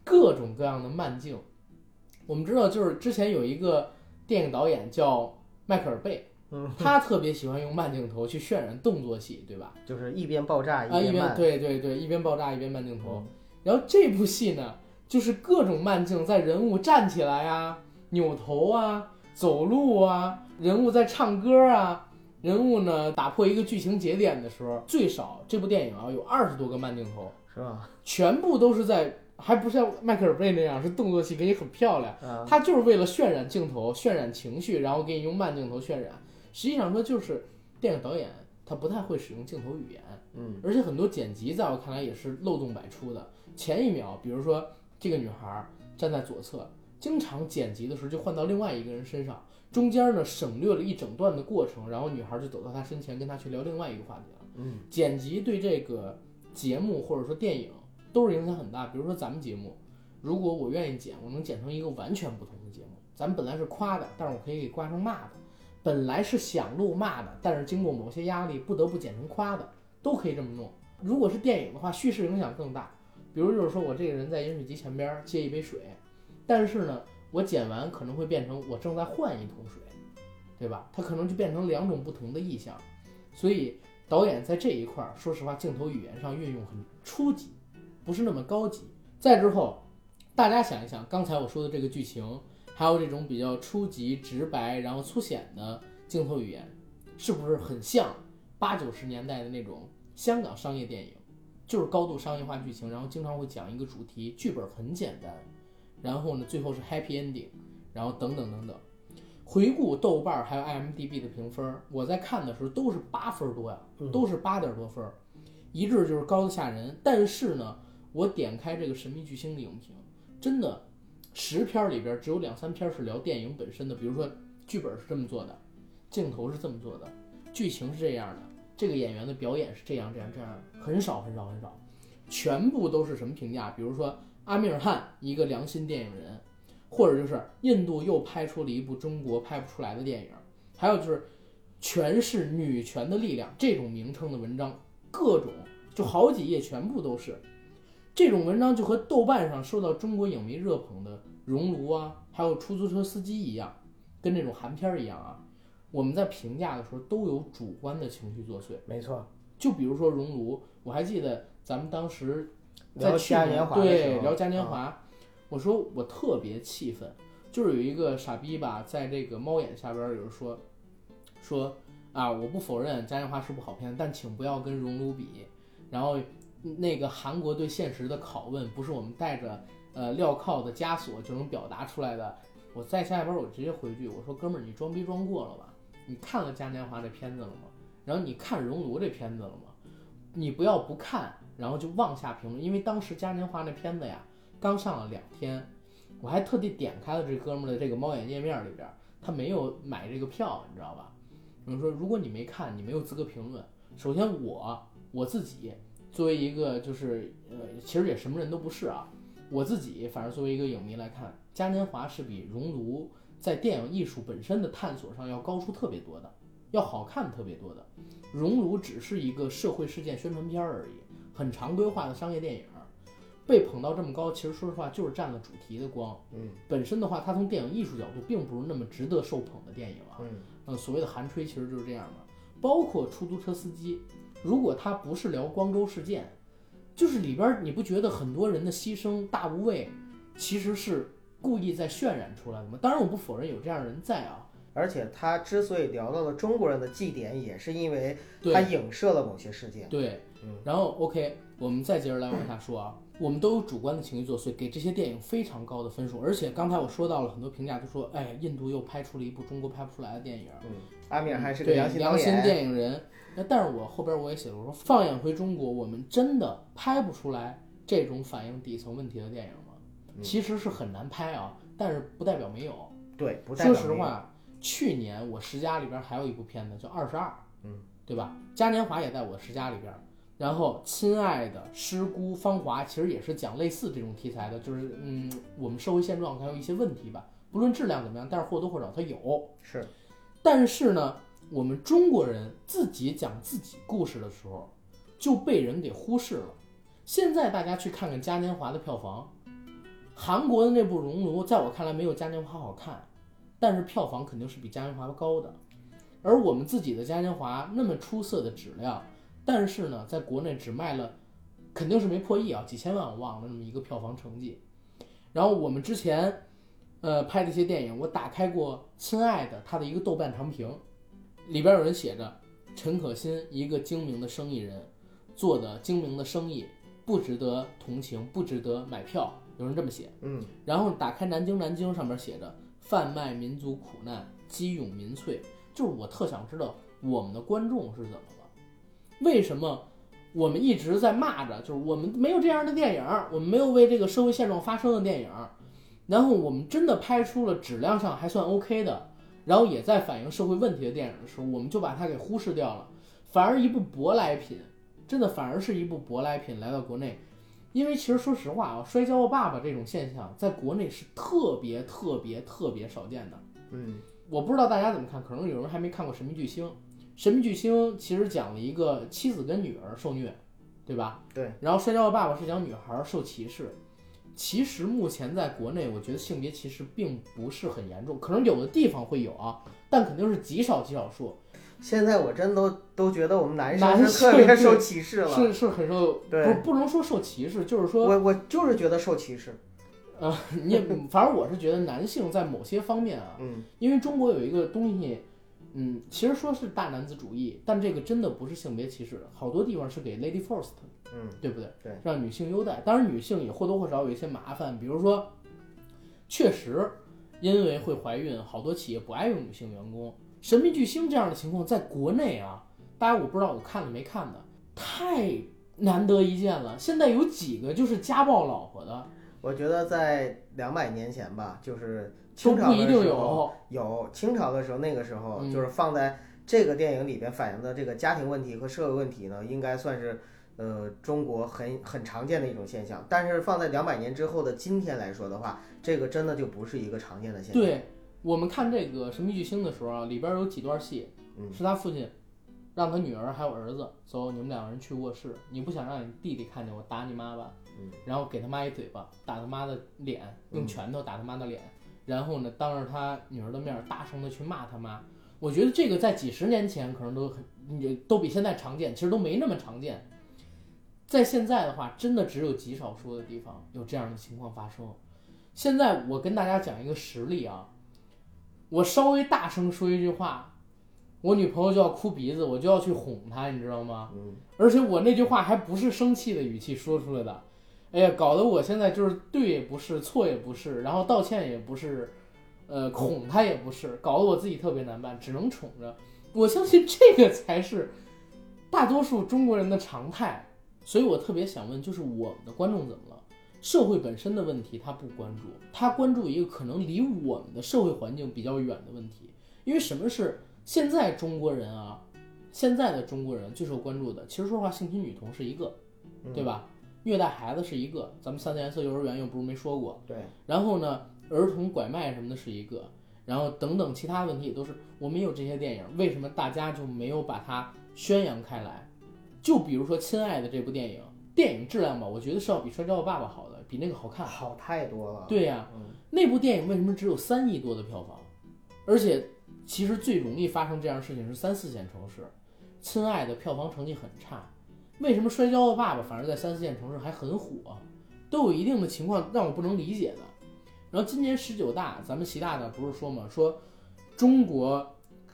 A: 各种各样的慢镜。我们知道，就是之前有一个电影导演叫迈克尔贝，
B: 嗯，
A: 他特别喜欢用慢镜头去渲染动作戏，对吧？
B: 就是一边爆炸
A: 啊，一
B: 边
A: 边
B: 慢。
A: 对对对，一边爆炸一边慢镜头。然后这部戏呢，就是各种慢镜，在人物站起来啊、扭头啊、走路啊，人物在唱歌啊，人物呢打破一个剧情节点的时候，最少这部电影啊有二十多个慢镜头，
B: 是吧？
A: 全部都是在，还不像迈克尔贝那样是动作戏，给你很漂亮。
B: 啊，
A: 他就是为了渲染镜头、渲染情绪，然后给你用慢镜头渲染。实际上说，就是电影导演他不太会使用镜头语言，
B: 嗯
A: 而且很多剪辑在我看来也是漏洞百出的。前一秒，比如说这个女孩站在左侧，经常剪辑的时候就换到另外一个人身上，中间呢省略了一整段的过程，然后女孩就走到他身前，跟他去聊另外一个话题了。
B: 嗯，
A: 剪辑对这个节目或者说电影都是影响很大。比如说咱们节目，如果我愿意剪，我能剪成一个完全不同的节目。咱本来是夸的，但是我可以给刮成骂的；本来是想录骂的，但是经过某些压力，不得不剪成夸的，都可以这么弄。如果是电影的话，叙事影响更大。比如就是说我这个人在饮水机前边接一杯水，但是呢，我剪完可能会变成我正在换一桶水，对吧？它可能就变成两种不同的意象，所以导演在这一块儿，说实话，镜头语言上运用很初级，不是那么高级。再之后，大家想一想，刚才我说的这个剧情，还有这种比较初级、直白，然后粗显的镜头语言，是不是很像八九十年代的那种香港商业电影？就是高度商业化剧情，然后经常会讲一个主题，剧本很简单，然后呢，最后是 happy ending，然后等等等等。回顾豆瓣儿还有 IMDB 的评分儿，我在看的时候都是八分儿多呀、
B: 嗯
A: 都是八点多分儿，一致就是高的吓人。但是呢，我点开这个《神秘巨星》的影评，真的十篇儿里边儿只有两三篇儿是聊电影本身的，比如说剧本是这么做的，镜头是这么做的，剧情是这样的，这个演员的表演是这样这样这样，很少很少很少，全部都是什么评价？比如说阿米尔汗，一个良心电影人，或者就是印度又拍出了一部中国拍不出来的电影，还有就是全是女权的力量这种名称的文章，各种就好几页全部都是。这种文章就和豆瓣上受到中国影迷热捧的《熔炉》啊，还有《出租车司机》一样，跟这种韩片儿一样啊。我们在评价的时候都有主观的情绪作祟，
B: 没错。
A: 就比如说《熔炉》，我还记得咱们当时在
B: 聊
A: 去
B: 嘉
A: 年
B: 年华的时
A: 对
B: 候啊
A: 聊嘉年华，我说我特别气愤，就是有一个傻逼吧，在这个猫眼下边儿有人说说啊，我不否认嘉年华是部好片，但请不要跟《熔炉》比。然后那个韩国对现实的拷问，不是我们带着呃镣铐的枷锁就能表达出来的。我在下边儿我直接回一句，我说哥们儿，你装逼装过了吧？你看了嘉年华这片子了吗？然后你看《熔炉》这片子了吗？你不要不看，然后就妄下评论，因为当时嘉年华那片子呀刚上了两天，我还特地点开了这哥们儿的这个猫眼页面里边儿，他没有买这个票，你知道吧？有人说，如果你没看，你没有资格评论。首先我我自己作为一个就是呃，其实也什么人都不是啊，我自己反正作为一个影迷来看，嘉年华是比《熔炉》在电影艺术本身的探索上要高出特别多的，要好看特别多的。《熔炉》只是一个社会事件宣传片儿而已，很常规化的商业电影儿，被捧到这么高，其实说实话就是占了主题的光。
B: 嗯
A: 本身的话，它从电影艺术角度并不是那么值得受捧的电影啊。
B: 嗯
A: 呃，所谓的韩吹其实就是这样的，包括出租车司机，如果他不是聊光州事件，就是里边儿你不觉得很多人的牺牲大无畏，其实是故意在渲染出来的吗？当然，我不否认有这样的人在啊，
B: 而且他之所以聊到了中国人的祭典，也是因为
A: 对
B: 他影射了某些事件。
A: 对
B: 嗯，
A: 然后 OK，我们再接着来往下说啊。我们都有主观的情绪作祟，给这些电影非常高的分数。而且刚才我说到了很多评价，都说哎，印度又拍出了一部中国拍不出来的电影。
B: 嗯阿米尔汗是个
A: 对
B: 良
A: 良
B: 心导演，
A: 电影人。那但是我后边我也写了，我说放眼回中国，我们真的拍不出来这种反映底层问题的电影吗？
B: 嗯
A: 其实是很难拍啊，但是不代表没有。
B: 对，不代
A: 说
B: 表
A: 实
B: 没有，
A: 话，去年我十佳里边还有一部片子叫《二十二》，
B: 嗯，
A: 对吧？嘉年华也在我十佳里边。然后，《亲爱的师姑芳华》其实也是讲类似这种题材的，就是嗯，我们社会现状还有一些问题吧，不论质量怎么样，但是或多或少它有。
B: 是
A: 但是呢，我们中国人自己讲自己故事的时候，就被人给忽视了。现在大家去看看嘉年华的票房，韩国的那部《熔炉》，在我看来没有嘉年华好看，但是票房肯定是比嘉年华高的。而我们自己的嘉年华那么出色的质量，但是呢，在国内只卖了，肯定是没破亿啊，几千万我忘了那么一个票房成绩。然后我们之前呃拍的一些电影，我打开过《亲爱的》他的一个豆瓣长评，里边有人写着陈可辛一个精明的生意人做的精明的生意不值得同情，不值得买票，有人这么写。
B: 嗯，
A: 然后打开南京南京上面写着贩卖民族苦难，激勇民粹，就是我特想知道我们的观众是怎么了，为什么？我们一直在骂着，就是我们没有这样的电影，我们没有为这个社会现状发声的电影，然后我们真的拍出了质量上还算 OK 的，然后也在反映社会问题的电影的时候，我们就把它给忽视掉了，反而一部舶来品，真的反而是一部舶来品来到国内，因为其实说实话啊，摔跤吧爸爸这种现象在国内是特别特别特别少见的。
B: 嗯，
A: 我不知道大家怎么看，可能有人还没看过《神秘巨星》。《神秘巨星》其实讲了一个妻子跟女儿受虐，对吧？
B: 对，
A: 然后《摔跤吧爸爸》是讲女孩受歧视。其实目前在国内，我觉得性别歧视并不是很严重，可能有的地方会有啊，但肯定是极少极少数，
B: 现在我真都都觉得我们男
A: 男
B: 生是
A: 生
B: 特别
A: 对
B: 受歧视了，
A: 是是很受，
B: 对
A: 不不能说受歧视，就是说，
B: 我我就是觉得受歧视，
A: 呃，你也反正我是觉得男性在某些方面啊，
B: 嗯，
A: 因为中国有一个东西，嗯，其实说是大男子主义，但这个真的不是性别歧视，好多地方是给 lady first，
B: 嗯，
A: 对不对？
B: 对，
A: 让女性优待。当然，女性也或多或少有一些麻烦，比如说，确实因为会怀孕，好多企业不爱用女性员工。神秘巨星这样的情况在国内啊，大家我不知道我看了没看的，太难得一见了。现在有几个就是家暴老婆的
B: 我觉得在两百年前吧，就是
A: 都
B: 清朝
A: 不
B: 的
A: 一定
B: 时候
A: 有，
B: 有清朝的时候，那个时候
A: 嗯
B: 就是放在这个电影里边反映的这个家庭问题和社会问题呢，应该算是呃中国很很常见的一种现象。但是放在两百年之后的今天来说的话，这个真的就不是一个常见的现象。
A: 对，我们看这个《神秘巨星》的时候啊，里边有几段戏，
B: 嗯
A: 是他父亲让他女儿还有儿子走，你们两个人去卧室，你不想让你弟弟看见我打你妈吧，
B: 嗯
A: 然后给他妈一嘴巴，打他妈的脸，
B: 嗯
A: 用拳头打他妈的脸，然后呢，当着他女儿的面儿大声的去骂他妈。我觉得这个在几十年前可能都很，你都比现在常见，其实都没那么常见。在现在的话，真的只有极少数的地方有这样的情况发生。现在我跟大家讲一个实例啊，我稍微大声说一句话，我女朋友就要哭鼻子，我就要去哄她，你知道吗？
B: 嗯，
A: 而且我那句话还不是生气的语气说出来的，哎呀，搞得我现在就是对也不是，错也不是，然后道歉也不是，呃，哄她也不是，搞得我自己特别难办，只能宠着。我相信这个才是大多数中国人的常态，所以我特别想问，就是我们的观众怎么了？社会本身的问题他不关注，他关注一个可能离我们的社会环境比较远的问题。因为什么是现在中国人啊？现在的中国人最受关注的，其实说实话，性侵女童是一个，
B: 嗯
A: 对？吧？虐待孩子是一个，咱们三颜色幼儿园又不是没说过。
B: 对，
A: 然后呢，儿童拐卖什么的是一个，然后等等其他问题也都是我们有这些电影，为什么大家就没有把它宣扬开来？就比如说《亲爱的》这部电影，电影质量吧，我觉得是要比《摔跤吧爸爸》好的，比那个好看。
B: 好太多了。
A: 对呀、
B: 嗯，
A: 那部电影为什么只有三亿多的票房？而且，其实最容易发生这样的事情是三四线城市。亲爱的，票房成绩很差，为什么《摔跤吧爸爸》反而在三四线城市还很火？都有一定的情况让我不能理解的。然后今年十九大，咱们习大大不是说嘛，说中国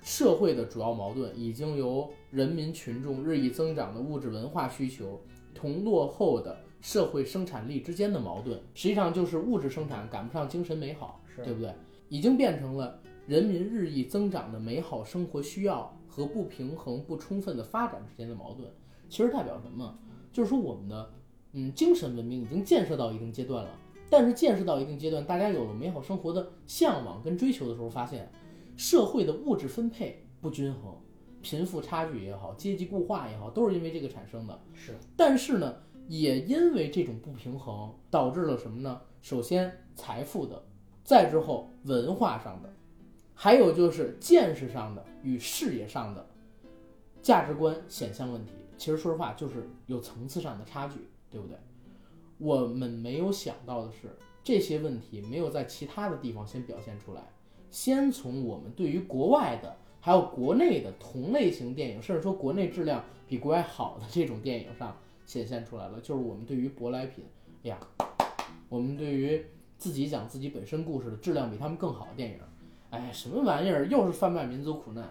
A: 社会的主要矛盾已经由人民群众日益增长的物质文化需求同落后的社会生产力之间的矛盾，实际上就是物质生产赶不上精神美好，
B: 是
A: 对不对？已经变成了人民日益增长的美好生活需要和不平衡不充分的发展之间的矛盾。其实代表什么？就是说我们的嗯精神文明已经建设到一定阶段了，但是建设到一定阶段，大家有了美好生活的向往跟追求的时候，发现社会的物质分配不均衡，贫富差距也好，阶级固化也好，都是因为这个产生的。
B: 是
A: 但是呢，也因为这种不平衡，导致了什么呢？首先财富的，再之后文化上的，还有就是见识上的与视野上的价值观显象问题。其实说实话，就是有层次上的差距，对不对？我们没有想到的是，这些问题没有在其他的地方先表现出来，先从我们对于国外的。还有国内的同类型电影，甚至说国内质量比国外好的这种电影上显现出来了，就是我们对于舶来品，哎呀，我们对于自己讲自己本身故事的质量比他们更好的电影，哎，什么玩意儿，又是贩卖民族苦难，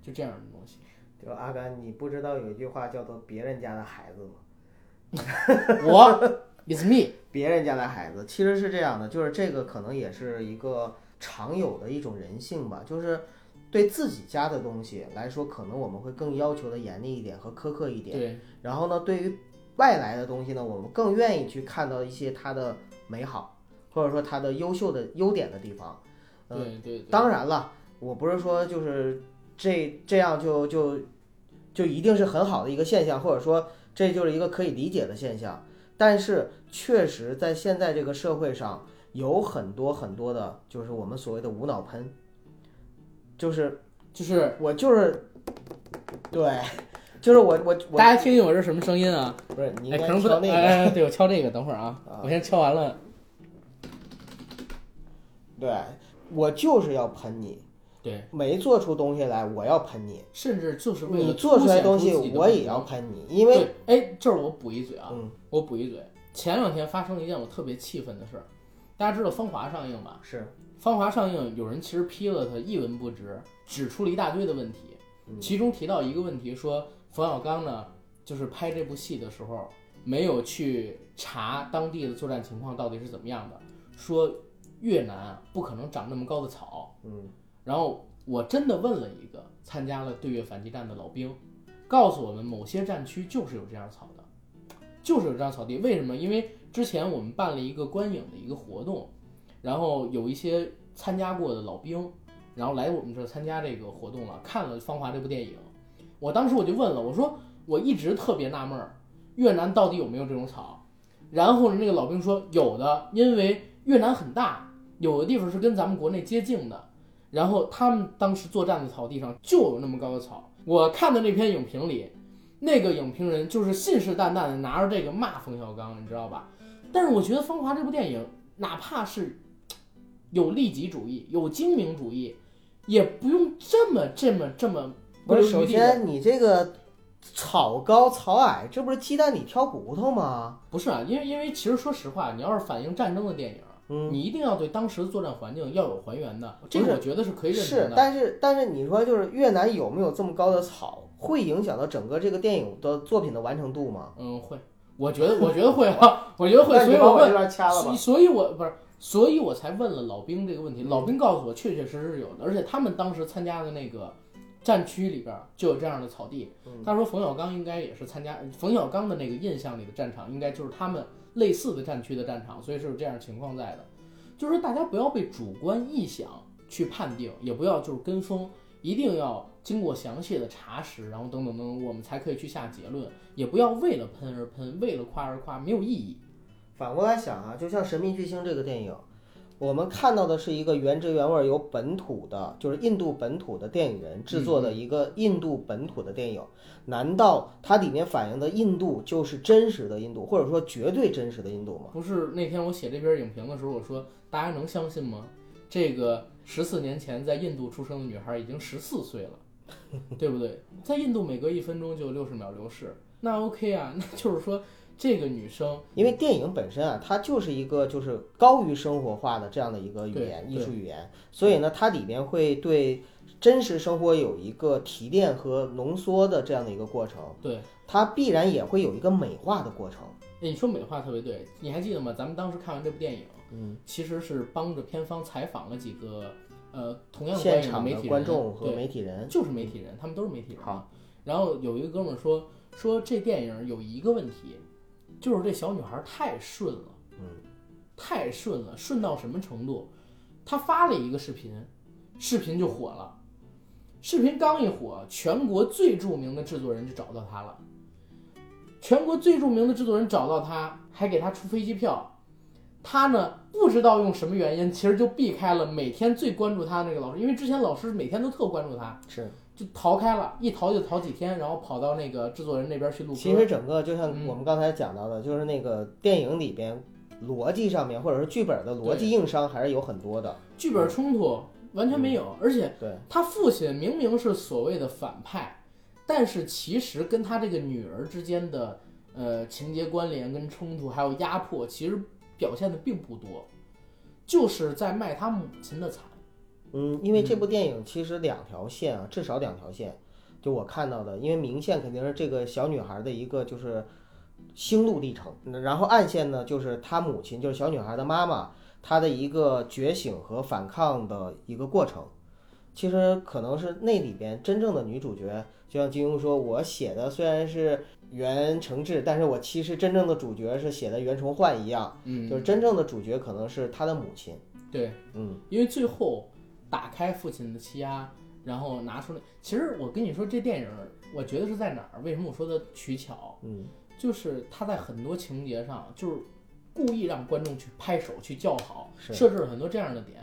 A: 就这样的东西。
B: 就阿甘，你不知道有一句话叫做“别人家的孩子”吗？
A: 我 is me，
B: 别人家的孩子其实是这样的，就是这个可能也是一个常有的一种人性吧，就是对自己家的东西来说，可能我们会更要求的严厉一点和苛刻一点。
A: 对，
B: 然后呢，对于外来的东西呢，我们更愿意去看到一些它的美好，或者说它的优秀的优点的地方。嗯、
A: 对对对，
B: 当然了，我不是说就是这这样就就就一定是很好的一个现象，或者说这就是一个可以理解的现象。但是确实在现在这个社会上，有很多很多的，就是我们所谓的无脑喷，就是
A: 就是
B: 我就是对，就是我我我
A: 大家听听我这什么声音啊？
B: 不是你应
A: 哎，
B: 该
A: 可能不
B: 挑
A: 哎
B: 那个
A: 哎，哎对我敲这个，等会儿啊，
B: 啊
A: 我先敲完了。
B: 对，我就是要喷你，
A: 对，
B: 没做出东西来，我要喷你。
A: 甚至就是为了
B: 你做出来
A: 凸显
B: 东
A: 自己
B: 西，
A: 的
B: 我
A: 不
B: 也
A: 足
B: 要喷你，因为
A: 对哎，这儿我补一嘴啊，
B: 嗯
A: 我补一嘴，前两天发生了一件我特别气愤的事儿。大家知道《芳华》上映吧？
B: 是
A: 《芳华》上映，有人其实批了他一文不值，指出了一大堆的问题，
B: 嗯
A: 其中提到一个问题，说冯小刚呢，就是拍这部戏的时候没有去查当地的作战情况到底是怎么样的，说越南啊不可能长那么高的草，
B: 嗯
A: 然后我真的问了一个参加了对越反击战的老兵，告诉我们某些战区就是有这样草的，就是有这样草地。为什么？因为之前我们办了一个观影的一个活动，然后有一些参加过的老兵，然后来我们这儿参加这个活动了，看了《芳华》这部电影。我当时我就问了，我说我一直特别纳闷儿，越南到底有没有这种草？然后呢，那个老兵说有的，因为越南很大，有的地方是跟咱们国内接近的，然后他们当时作战的草地上就有那么高的草。我看的那篇影评里，那个影评人就是信誓旦旦的拿着这个骂冯小刚，你知道吧？但是我觉得《芳华》这部电影，哪怕是有利己主义、有精明主义，也不用这么、这么、这么
B: 不是，
A: 留余
B: 首
A: 地的
B: 先你这个草高草矮，这不是鸡蛋里挑骨头吗？
A: 不是啊，因为因为其实说实话，你要是反映战争的电影，
B: 嗯，
A: 你一定要对当时的作战环境要有还原的，这
B: 不
A: 个
B: 是
A: 我觉得是可以认
B: 是
A: 同，的。
B: 但是但是你说就是越南有没有这么高的草，会影响到整个这个电影的作品的完成度吗？
A: 嗯，会，我觉得我觉得会啊，我觉得会，
B: 那
A: 所
B: 你
A: 以
B: 把
A: 我
B: 我这
A: 问，
B: 边掐了吧
A: 所以。所以我不是，所以我才问了老兵这个问题。
B: 嗯
A: 老兵告诉我，确确实实是有的，而且他们当时参加的那个战区里边就有这样的草地。
B: 嗯
A: 他说冯小刚应该也是参加冯小刚的那个印象里的战场，应该就是他们类似的战区的战场，所以是有这样的情况在的。就是说大家不要被主观臆想去判定，也不要就是跟风，一定要经过详细的查实，然后等等等等，我们才可以去下结论。也不要为了喷而喷，为了夸而夸，没有意义。
B: 反过来想啊，就像《神秘巨星》这个电影，我们看到的是一个原汁原味儿由本土的，就是印度本土的电影人制
A: 嗯
B: 作的一个印度本土的电影。难道它里面反映的印度就是真实的印度，或者说绝对真实的印度吗？
A: 不是那天我写这篇影评的时候，我说大家能相信吗？这个十四年前在印度出生的女孩已经十四岁了，对不对？在印度每隔一分钟就有六十秒流逝，那 OK 啊， 那就是说这个女生
B: 因为电影本身啊，它就是一个就是高于生活化的这样的一个语
A: 对
B: 言
A: 对
B: 艺术语言，所以呢，它里面会对真实生活有一个提炼和浓缩的这样的一个过程，
A: 对
B: 它必然也会有一个美化的过程。
A: 哎，你说美化特别对，你还记得吗？咱们当时看完这部电影，
B: 嗯，
A: 其实是帮着片方采访了几个呃同样
B: 现
A: 观影的
B: 场
A: 媒
B: 的
A: 体人
B: 观众和
A: 对
B: 媒体人，
A: 就是媒体人，他们都是媒体人。
B: 好，
A: 然后有一个哥们儿说说这电影有一个问题，就是这小女孩太顺了，
B: 嗯，
A: 太顺了，顺到什么程度？她发了一个视频，视频就火了。视频刚一火，全国最著名的制作人就找到她了。全国最著名的制作人找到她，还给她出飞机票。她呢，不知道用什么原因，其实就避开了每天最关注她那个老师，因为之前老师每天都特关注她。
B: 是。
A: 就逃开了，一逃就逃几天，然后跑到那个制作人那边去录歌。
B: 其实整个就像
A: 嗯
B: 我们刚才讲到的，就是那个电影里边逻辑上面，或者是剧本的逻辑硬伤还是有很多的。
A: 剧本冲突完全没
B: 嗯
A: 有，而且
B: 对，
A: 他父亲明明是所谓的反派，但是其实跟他这个女儿之间的呃情节关联跟冲突还有压迫，其实表现的并不多，就是在卖他母亲的惨。
B: 嗯，因为这部电影其实两条线啊，至少两条线，就我看到的，因为明线肯定是这个小女孩的一个就是心路历程，然后暗线呢就是她母亲，就是小女孩的妈妈，她的一个觉醒和反抗的一个过程。其实可能是那里边真正的女主角，就像金庸说，我写的虽然是袁承志，但是我其实真正的主角是写的袁崇焕一样，
A: 嗯，
B: 就是真正的主角可能是她的母亲。
A: 对，
B: 嗯，
A: 因为最后打开父亲的欺压，然后拿出那，其实我跟你说这电影，我觉得是在哪儿？为什么我说它取巧？
B: 嗯，
A: 就是他在很多情节上就是故意让观众去拍手去叫好，
B: 是
A: 设置了很多这样的点，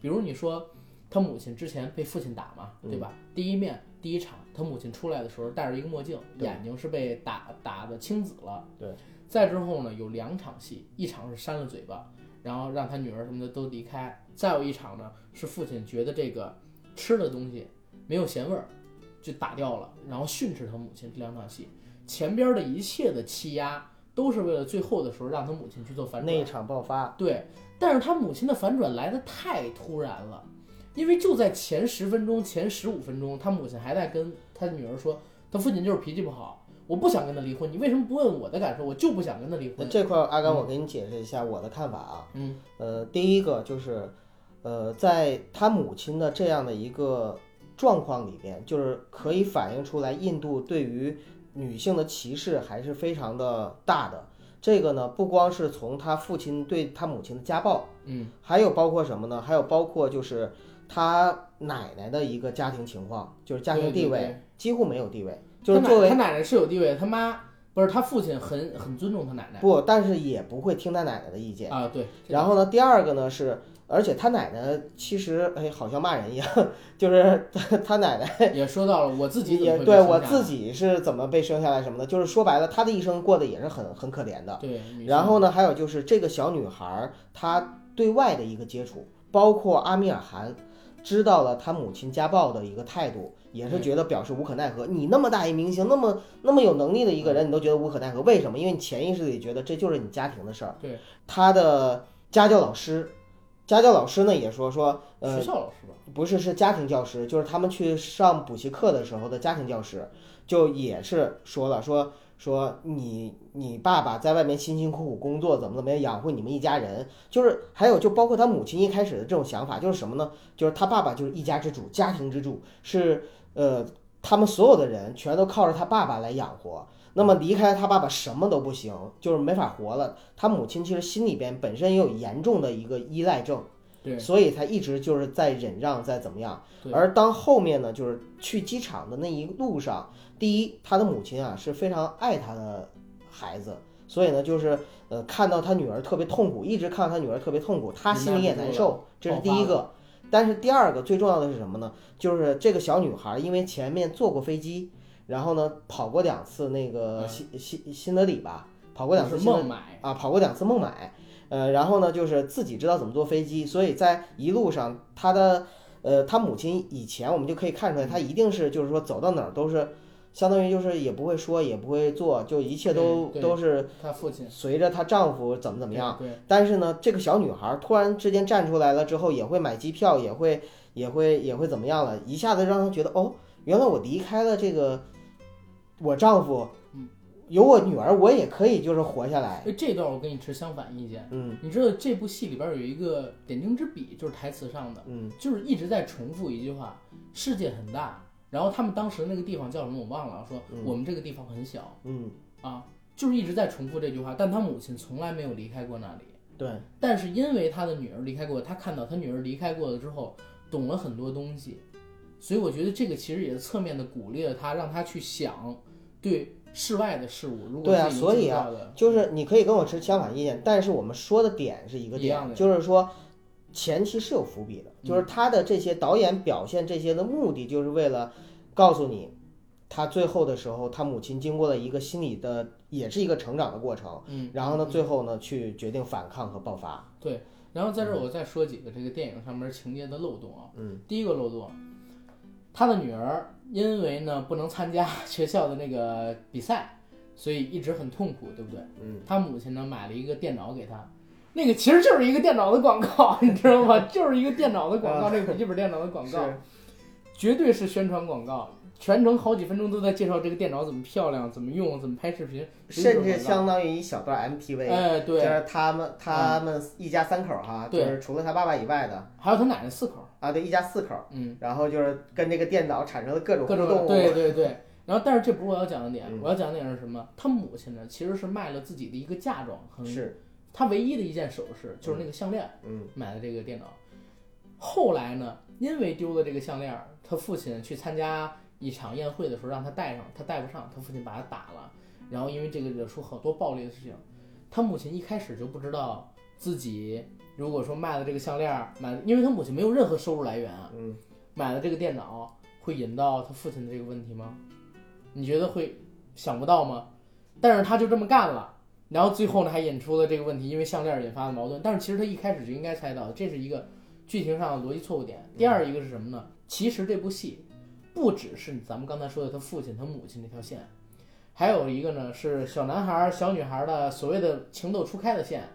A: 比如你说他母亲之前被父亲打嘛，
B: 嗯
A: 对吧？第一面第一场他母亲出来的时候戴着一个墨镜，
B: 对
A: 眼睛是被打打的青紫了，
B: 对。
A: 再之后呢，有两场戏，一场是扇了嘴巴，然后让他女儿什么的都离开；再有一场呢，是父亲觉得这个吃的东西没有咸味儿，就打掉了，然后训斥他母亲。这两场戏前边的一切的欺压，都是为了最后的时候让他母亲去做反
B: 那
A: 转
B: 一。场爆发，
A: 对，但是他母亲的反转来的太突然了，因为就在前十分钟、前十五分钟，他母亲还在跟他女儿说，他父亲就是脾气不好，我不想跟他离婚，你为什么不问我的感受？我就不想跟他离
B: 那
A: 婚。
B: 这块儿，阿甘，
A: 嗯
B: 我给你解释一下我的看法啊。
A: 嗯
B: 呃，第一个就是，呃，在他母亲的这样的一个状况里边，就是可以反映出来印度对于女性的歧视还是非常的大的。这个呢，不光是从他父亲对他母亲的家暴，
A: 嗯
B: 还有包括什么呢？还有包括就是他奶奶的一个家庭情况，就是家庭
A: 对对
B: 地位
A: 对
B: 几乎没有地位，
A: 他
B: 就是
A: 奶
B: 作为
A: 他奶奶是有地位，他妈不是他父亲很很尊重他奶奶
B: 不，但是也不会听他奶奶的意见。
A: 啊， 对，这
B: 然后呢，第二个呢是，而且他奶奶其实哎，好像骂人一样， 就是他他奶奶
A: 个也说到了我自己怎么
B: 也
A: 会被
B: 对
A: 生
B: 我
A: 下
B: 自
A: 来
B: 己是怎么被生下来什么的，就是说白了，他的一生过得也是很很可怜的。
A: 对，女性
B: 然后呢，还有就是这个小女孩儿她对外的一个接触，包括阿米尔汗知道了她母亲家暴的一个态度，也是
A: 对
B: 觉得表示无可奈何。你那么大一明星，那么那么有能力的一个
A: 嗯
B: 人，你都觉得无可奈何，为什么？因为你潜意识里觉得这就是你家庭的事儿。
A: 对，
B: 她的家教老师。家教老师呢也说说，呃
A: 学，校老师吧，
B: 不是，是家庭教师，就是他们去上补习课的时候的家庭教师，就也是说了，说说你你爸爸在外面辛辛苦苦工作，怎么怎么样养活你们一家人，就是还有就包括他母亲一开始的这种想法，就是什么呢？就是他爸爸就是一家之主，家庭之主是呃，他们所有的人全都靠着他爸爸来养活。那么离开他爸爸什么都不行，就是没法活了。他母亲其实心里边本身也有严重的一个依赖症。
A: 对
B: 所以他一直就是在忍让，在怎么样。
A: 对
B: 而当后面呢，就是去机场的那一路上，第一，他的母亲啊是非常爱他的孩子，所以呢，就是呃看到他女儿特别痛苦，一直看到他女儿特别痛苦，他心里也难受，这是第一
A: 哦
B: 个。但是第二个最重要的是什么呢？就是这个小女孩因为前面坐过飞机，然后呢跑过两次那个
A: 嗯
B: 新新新德里吧，跑过两次
A: 是
B: 新德里
A: 孟买，
B: 啊，跑过两次孟买，呃，然后呢，就是自己知道怎么坐飞机，所以在一路上，他的呃，他母亲以前我们就可以看出来，他一定是就是说走到哪儿都是，相当于就是也不会说也不会做，就一切都
A: 对对
B: 都是
A: 他父亲
B: 随着她丈夫怎么怎么样。？
A: 对，
B: 但是呢，这个小女孩突然之间站出来了之后，也会买机票，也会也会也会怎么样了，一下子让她觉得哦，原来我离开了这个我丈夫，
A: 嗯
B: 有我女儿，我也可以就是活下来。
A: 哎，这段我跟你持相反意见。
B: 嗯
A: 你知道这部戏里边有一个点睛之笔，就是台词上的，
B: 嗯
A: 就是一直在重复一句话：“世界很大。”然后他们当时那个地方叫什么我忘了，说
B: 嗯
A: 我们这个地方很小
B: 嗯，
A: 啊，就是一直在重复这句话。但他母亲从来没有离开过那里。
B: 对，
A: 但是因为他的女儿离开过，他看到他女儿离开过了之后，懂了很多东西，所以我觉得这个其实也是侧面的鼓励了他，让他去想对世外的事物。如果
B: 对啊
A: 自己
B: 所以
A: 知
B: 啊
A: 道的
B: 就是你可以跟我持相反意见，但是我们说的嗯点是一个
A: 一样
B: 点，
A: 的
B: 就是说前期是有伏笔的，就是他的这些导演表现这些的目的，就是为了告诉你，他最后的时候，他母亲经过了一个心理的，也是一个成长的过程，
A: 嗯，
B: 然后呢，最后呢去决定反抗和爆发。
A: 对，然后在这儿我再说几个这个电影上面情节的漏洞啊。
B: 嗯，
A: 第一个漏洞，他的女儿因为呢不能参加学校的那个比赛，所以一直很痛苦，对不对？
B: 嗯，
A: 他母亲呢买了一个电脑给他。那个其实就是一个电脑的广告， 你知道吗？就是一个电脑的广告，那个笔记本电脑的广告，
B: 嗯 是
A: 绝对是宣传广告。全程好几分钟都在介绍这个电脑怎么漂亮，怎么用，怎么拍视频，
B: 甚
A: 绝对是
B: 至
A: 广告
B: 相当于一小段 MTV。
A: 哎
B: 就
A: 对，
B: 是他们他们一家三口儿哈，就
A: 对
B: 是除了他爸爸以外的
A: 还有他奶奶四口，
B: 啊，对，一家四口儿，
A: 嗯，
B: 然后就是跟这个电脑产生了各种
A: 各
B: 互
A: 种
B: 动。啊
A: 对对对。然后，但是这不是我要讲的点
B: 嗯，
A: 我要讲的点是什么？他母亲呢，其实是卖了自己的一个嫁妆，很
B: 是，
A: 他唯一的一件首饰就是那个项链，
B: 嗯
A: 买的这个电脑。后来呢，因为丢了这个项链，他父亲去参加一场宴会的时候让他戴上，他戴不上，他父亲把他打了，然后因为这个惹出好多暴力的事情。他母亲一开始就不知道自己如果说卖了这个项链，买，因为他母亲没有任何收入来源啊，
B: 嗯，
A: 买了这个电脑会引到他父亲的这个问题吗？你觉得会想不到吗？但是他就这么干了，然后最后呢还引出了这个问题，因为项链引发的矛盾。但是其实他一开始就应该猜到，这是一个剧情上的逻辑错误点。第二一个是什么呢？其实这部戏不只是咱们刚才说的他父亲、他母亲这条线，还有一个呢是小男孩儿、小女孩儿的所谓的情窦初开的线，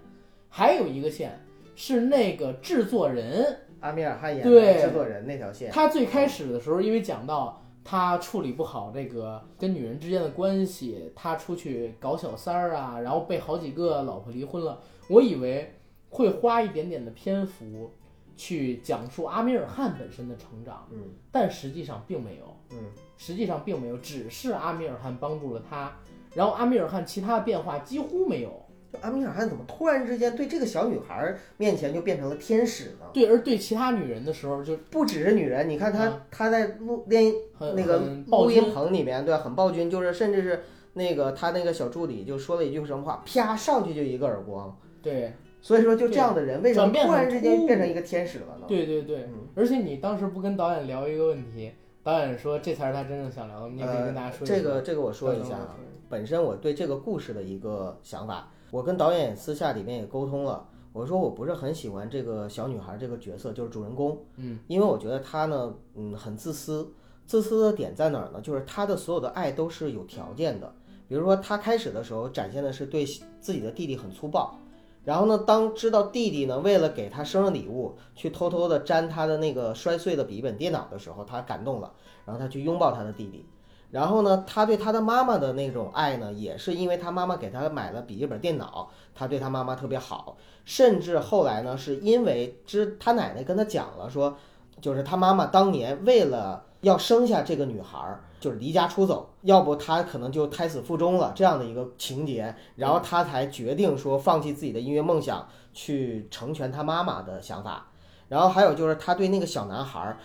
A: 还有一个线是那个制作人
B: 阿米尔汗演
A: 对
B: 的制作人那条线，
A: 他最开始的时候，因为讲到他处理不好这个跟女人之间的关系，他出去搞小三儿啊，然后被好几个老婆离婚了。我以为会花一点点的篇幅去讲述阿米尔汗本身的成长，
B: 嗯
A: 但实际上并没有，
B: 嗯
A: 实际上并没有，只是阿米尔汗帮助了他，然后阿米尔汗其他的变化几乎没有。
B: 就阿米尔汗怎么突然之间对这个小女孩儿面前就变成了天使呢？
A: 对，而对其他女人的时候就
B: 不只是女人，你看他、他在录电音
A: 嗯很
B: 那个
A: 很暴
B: 录
A: 君
B: 音棚里面，对，很暴君，就是甚至是那个他那个小助理就说了一句什么话，啪上去就一个耳光。
A: 对。
B: 所以说，就这样的人为什么
A: 转变
B: 突
A: 很
B: 然之间
A: 突兀
B: 变成一个天使了呢？
A: 对对对，
B: 嗯
A: 而且你当时不跟导演聊一个问题，导演说这才是他真正想嗯聊的，你也可以
B: 呃
A: 跟大家说一下。
B: 这个这个我说一
A: 等
B: 下
A: 等
B: 啊
A: 我，说
B: 本身我对这个故事的一个想法，我跟导演私下里面也沟通了，我说我不是很喜欢这个小女孩这个角色，就是主人公，
A: 嗯，
B: 因为我觉得她呢，嗯，很自私。自私的点在哪儿呢？就是她的所有的爱都是有条件的，比如说她开始的时候展现的是对自己的弟弟很粗暴。然后呢？当知道弟弟呢为了给她生日礼物，去偷偷的粘她的那个摔碎的笔记本电脑的时候，她感动了，然后她去拥抱她的弟弟。然后呢，他对他的妈妈的那种爱呢，也是因为他妈妈给他买了笔记本电脑，他对他妈妈特别好。甚至后来呢，是因为知他奶奶跟他讲了说，就是他妈妈当年为了要生下这个女孩儿，就是离家出走，要不他可能就胎死腹中了这样的一个情节，然后他才决定说放弃自己的音乐梦想，去成全他妈妈的想法。然后还有就是他对那个小男孩儿，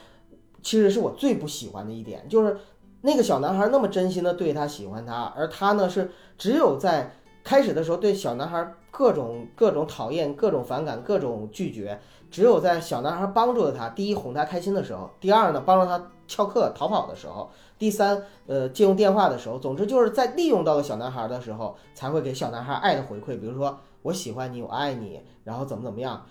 B: 其实是我最不喜欢的一点，就是。那个小男孩那么真心的对他喜欢他，而他呢是只有在开始的时候对小男孩各种各种讨厌、各种反感、各种拒绝，只有在小男孩帮助了他，第一哄他开心的时候，第二呢帮助他翘课逃跑的时候，第三呃借用电话的时候，总之就是在利用到了小男孩的时候，才会给小男孩爱的回馈，比如说我喜欢你，我爱你，然后怎么怎么样，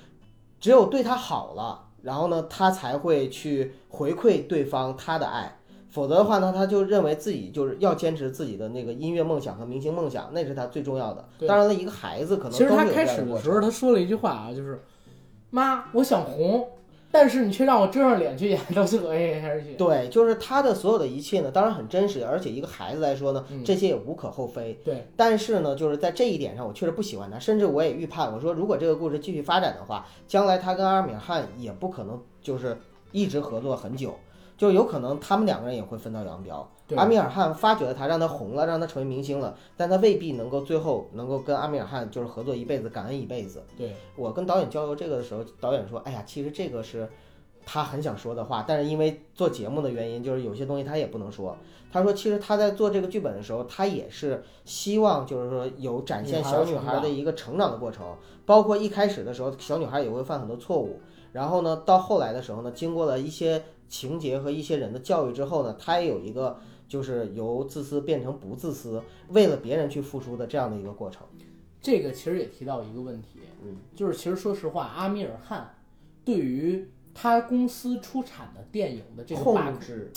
B: 只有对他好了，然后呢他才会去回馈对方他的爱。否则的话呢，他就认为自己就是要坚持自己的那个音乐梦想和明星梦想，那是他最重要的。
A: 对
B: 当然了，一个孩子可能
A: 其实
B: 都
A: 他
B: 会有
A: 开
B: 这样
A: 始
B: 过
A: 的时
B: 程
A: 候，他说了一句话啊，就是“妈，我想红，但是你却让我遮上脸去演都是恶意还是 去？
B: 对，就是他的所有的一切呢，当然很真实，而且一个孩子来说呢
A: 嗯，
B: 这些也无可厚非。
A: 对，
B: 但是呢，就是在这一点上，我确实不喜欢他，甚至我也预判，我说如果这个故事继续发展的话，将来他跟阿米尔汗也不可能就是一直合作很久，就有可能他们两个人也会分道扬镳。
A: 对
B: 阿米尔汗发掘了他，让他红了，让他成为明星了，但他未必能够最后能够跟阿米尔汗就是合作一辈子，感恩一辈子。
A: 对，
B: 我跟导演交流这个的时候，导演说：“哎呀，其实这个是他很想说的话，但是因为做节目的原因，就是有些东西他也不能说。”他说：“其实他在做这个剧本的时候，他也是希望就是说有展现小女孩的一个成长的过程，包括一开始的时候，小女孩也会犯很多错误。然后呢，到后来的时候呢，经过了一些情节和一些人的教育之后呢，她也有一个就是由自私变成不自私，为了别人去付出的这样的一个过程。
A: 这个其实也提到一个问题，
B: 嗯，
A: 就是其实说实话，阿米尔汗对于他公司出产的电影的这个把
B: 控
A: 控
B: 制。”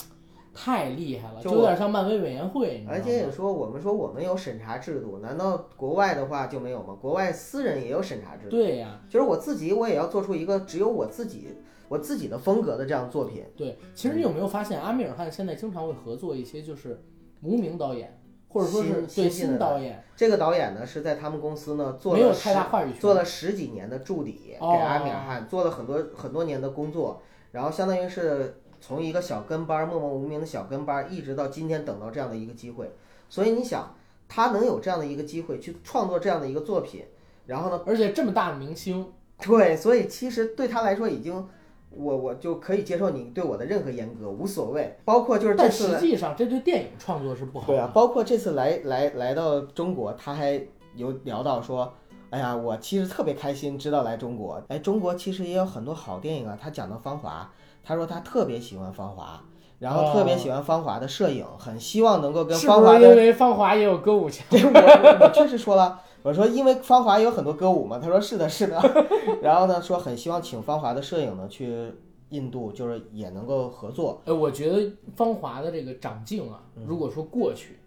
A: 太厉害了，
B: 就哎
A: 就有点像漫威委员会，你
B: 而
A: 知
B: 且
A: 道
B: 也
A: 吗？
B: 说，我们说我们有审查制度，难道国外的话就没有吗？国外私人也有审查制度，
A: 对呀、
B: 就是我自己我也要做出一个只有我自己我自己的风格的这样作品。
A: 对。其实你有没有发现，阿米尔汗现在经常会合作一些就是无名导演，或者说是
B: 新
A: 对
B: 新进
A: 新
B: 的
A: 导演，
B: 这个导演呢是在他们公司呢做
A: 没有
B: 了
A: 太
B: 十
A: 大话语权。
B: 做了十几年的助理，给
A: 哦
B: 阿米尔汗做了很多很多年的工作，然后相当于是从一个小跟班儿默默无名的小跟班儿，一直到今天等到这样的一个机会。所以你想，他能有这样的一个机会去创作这样的一个作品，然后呢？
A: 而且这么大的明星，
B: 对，所以其实对他来说已经，我我就可以接受你对我的任何严格，无所谓。包括就是这
A: 但
B: 次
A: 实
B: 来，
A: 际上这对电影创作是不好的。
B: 对啊，包括这次来来来到中国，他还有聊到说，哎呀，我其实特别开心，知道来中国。哎，中国其实也有很多好电影啊。他讲到《芳华》，他说他特别喜欢《芳华》，然后特别喜欢《芳华》的摄影，很希望能够跟《
A: 哦是
B: 芳
A: 不
B: 华》
A: 是
B: 的
A: 因为芳华也有歌舞
B: 对我我我确实说了，我说因为芳华有很多歌舞嘛，他说是的，是的， 然后呢说很希望请芳华的摄影呢去印度，就是也能够合作。
A: 哎，我觉得芳华的这个长镜啊，
B: 嗯
A: 如果说过去，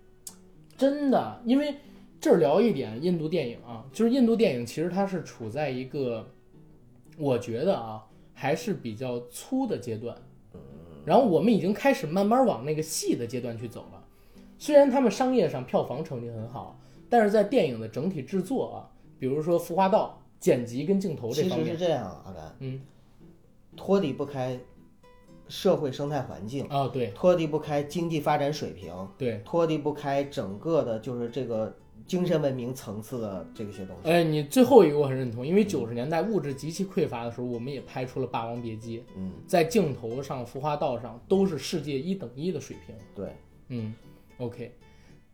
A: 真的，因为这儿聊一点印度电影啊，就是印度电影其实它是处在一个，我觉得啊还是比较粗的阶段，
B: 嗯
A: 然后我们已经开始慢慢往那个细的阶段去走了。虽然他们商业上票房成绩很好，但是在电影的整体制作啊，比如说《服化道》剪辑跟镜头这
B: 其
A: 方
B: 实
A: 面
B: 是这样啊，阿甘，
A: 嗯，
B: 脱离不开社会生态环境，
A: 啊、对
B: 脱离不开经济发展水平，
A: 对，
B: 脱离不开整个的就是这个精神文明层次的这些东西。
A: 哎，你最后一个我很认同，因为九十年代物质极其匮乏的时候，我们也拍出了《霸王别姬》，
B: 嗯，
A: 在镜头上、服化道上都是世界一等一的水平。
B: 对，
A: 嗯，OK。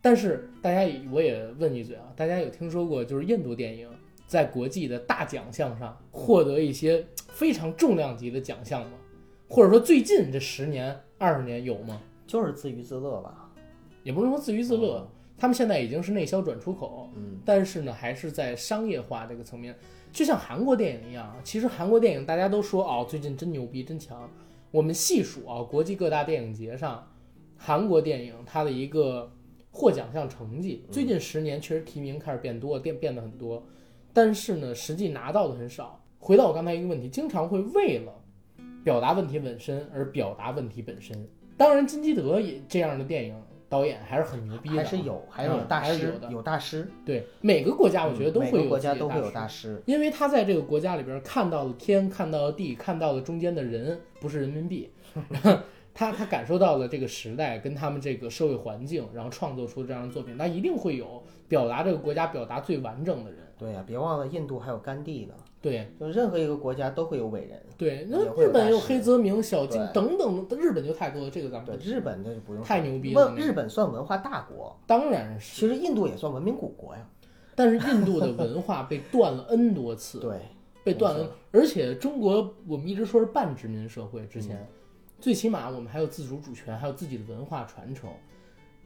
A: 但是大家也我也问一嘴啊，大家有听说过就是印度电影在国际的大奖项上获得一些非常重量级的奖项吗？或者说最近这十年、二十年有吗？
B: 就是自娱自乐吧。
A: 也不能说自娱自
B: 哦
A: 乐，他们现在已经是内销转出口，
B: 嗯，
A: 但是呢，还是在商业化这个层面，就像韩国电影一样啊。其实韩国电影大家都说哦，最近真牛逼，真强。我们细数啊，国际各大电影节上，韩国电影它的一个获奖项成绩，
B: 嗯
A: 最近十年确实提名开始变多，变变得很多，但是呢，实际拿到的很少。回到我刚才一个问题，经常会为了表达问题本身而表达问题本身。当然，金基德也这样的电影导演还是很牛逼的啊，
B: 还是有，还有
A: 嗯
B: 大
A: 还是
B: 师
A: 有，的
B: 有大师。
A: 对每个国家，我觉得都
B: 嗯每
A: 会有、
B: 个国家都会有
A: 大
B: 大
A: 师，
B: 师。
A: 因为他在这个国家里边看到了天，看到了地，看到了中间的人，不是人民 币，他他感受到了这个时代跟他们这个社会环境，然后创作出这样的作品，那一定会有表达这个国家表达最完整的人。
B: 对呀、别忘了印度还有甘地呢，
A: 对
B: 就任何一个国家都会有伟人。
A: 对，
B: 嗯也
A: 那
B: 会有
A: 日本有
B: 大师
A: 黑泽明、小津
B: 对
A: 等等，日本就太多了，这个咱们
B: 对，
A: 不
B: 日本这就不用说
A: 太牛逼了
B: 问
A: 那个
B: 日本算文化大国，
A: 当然是，
B: 其实印度也算文明古国呀。
A: 但是印度的文化被断了 n 多次，
B: 对，
A: 被断
B: 没
A: 了。而且中国，我们一直说是半殖民社会，之前、
B: 嗯
A: 最起码我们还有自主主权，还有自己的文化传承。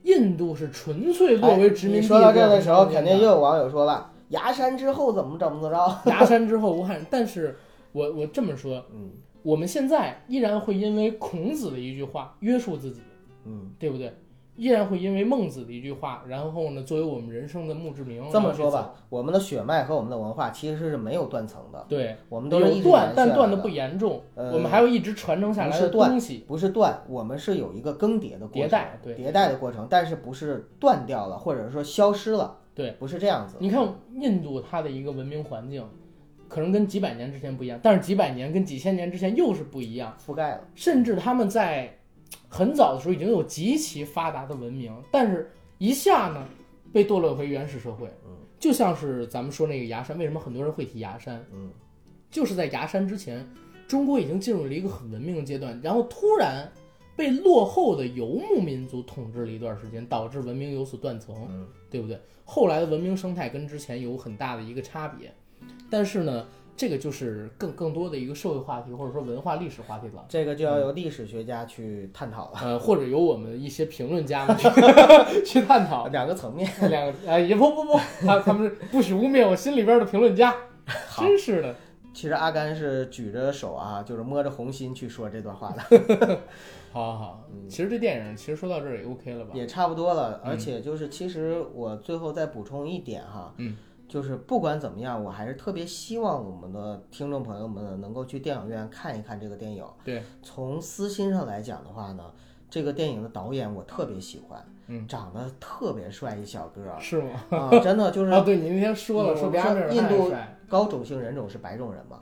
A: 印度是纯粹作为殖民
B: 哎
A: 地、
B: 你说到这儿的时候，肯定 又有网友说了：“崖山之后怎么怎么怎么着
A: 崖山之后无汉人。但是我我这么说，？”
B: 嗯
A: 我们现在依然会因为孔子的一句话约束自己，
B: 嗯，
A: 对不对？依然会因为孟子的一句话，然后呢，作为我们人生的墓志铭。
B: 这么说吧，我们的血脉和我们的文化其实是没有断层的，
A: 对，
B: 我们都是一
A: 有
B: 直
A: 断，但
B: 延续
A: 断
B: 来
A: 的
B: 的
A: 不严重，
B: 呃
A: 我们还要一直传承下来
B: 不
A: 的
B: 是断
A: 东西，
B: 不是断，我们是有一个更迭的过
A: 迭
B: 程，
A: 代。对，
B: 迭代的过程，但是不是断掉了，或者说消失了，
A: 对，
B: 不是这样子。
A: 你看印度它的一个文明环境，可能跟几百年之前不一样，但是几百年跟几千年之前又是不一样。
B: 覆盖了，
A: 甚至他们在很早的时候已经有极其发达的文明，但是一下呢被堕落回原始社会。
B: 嗯，
A: 就像是咱们说那个崖山，为什么很多人会提崖山？
B: 嗯，
A: 就是在崖山之前，中国已经进入了一个很文明的阶段，然后突然被落后的游牧民族统治了一段时间，导致文明有所断层。
B: 嗯，
A: 对不对？后来的文明生态跟之前有很大的一个差别，但是呢，这个就是更更多的一个社会话题或者说文化历史话题了。
B: 这个就要由历史学家去探讨了，
A: 呃，或者由我们一些评论家 们去去探讨
B: 两个层面。
A: 两个，呃，也不不不，他他们是不许污蔑我心里边的评论家，
B: 好
A: 真是的。
B: 其实阿甘是举着手啊，就是摸着红心去说这段话的，
A: 好好好，
B: 嗯
A: 其实这电影其实说到这儿也 OK 了吧？
B: 也差不多了。
A: 嗯
B: 而且就是，其实我最后再补充一点哈，
A: 嗯，
B: 就是不管怎么样，我还是特别希望我们的听众朋友们能够去电影院看一看这个电影。
A: 对，
B: 从私心上来讲的话呢，这个电影的导演我特别喜欢，
A: 嗯
B: 长得特别帅一小 哥儿
A: 是吗？
B: 啊，真的就是
A: 啊，对，你那天说了，
B: 嗯
A: 说
B: 我
A: 别
B: 说
A: 人
B: 印度
A: 帅，
B: 高种姓人种是白种人嘛，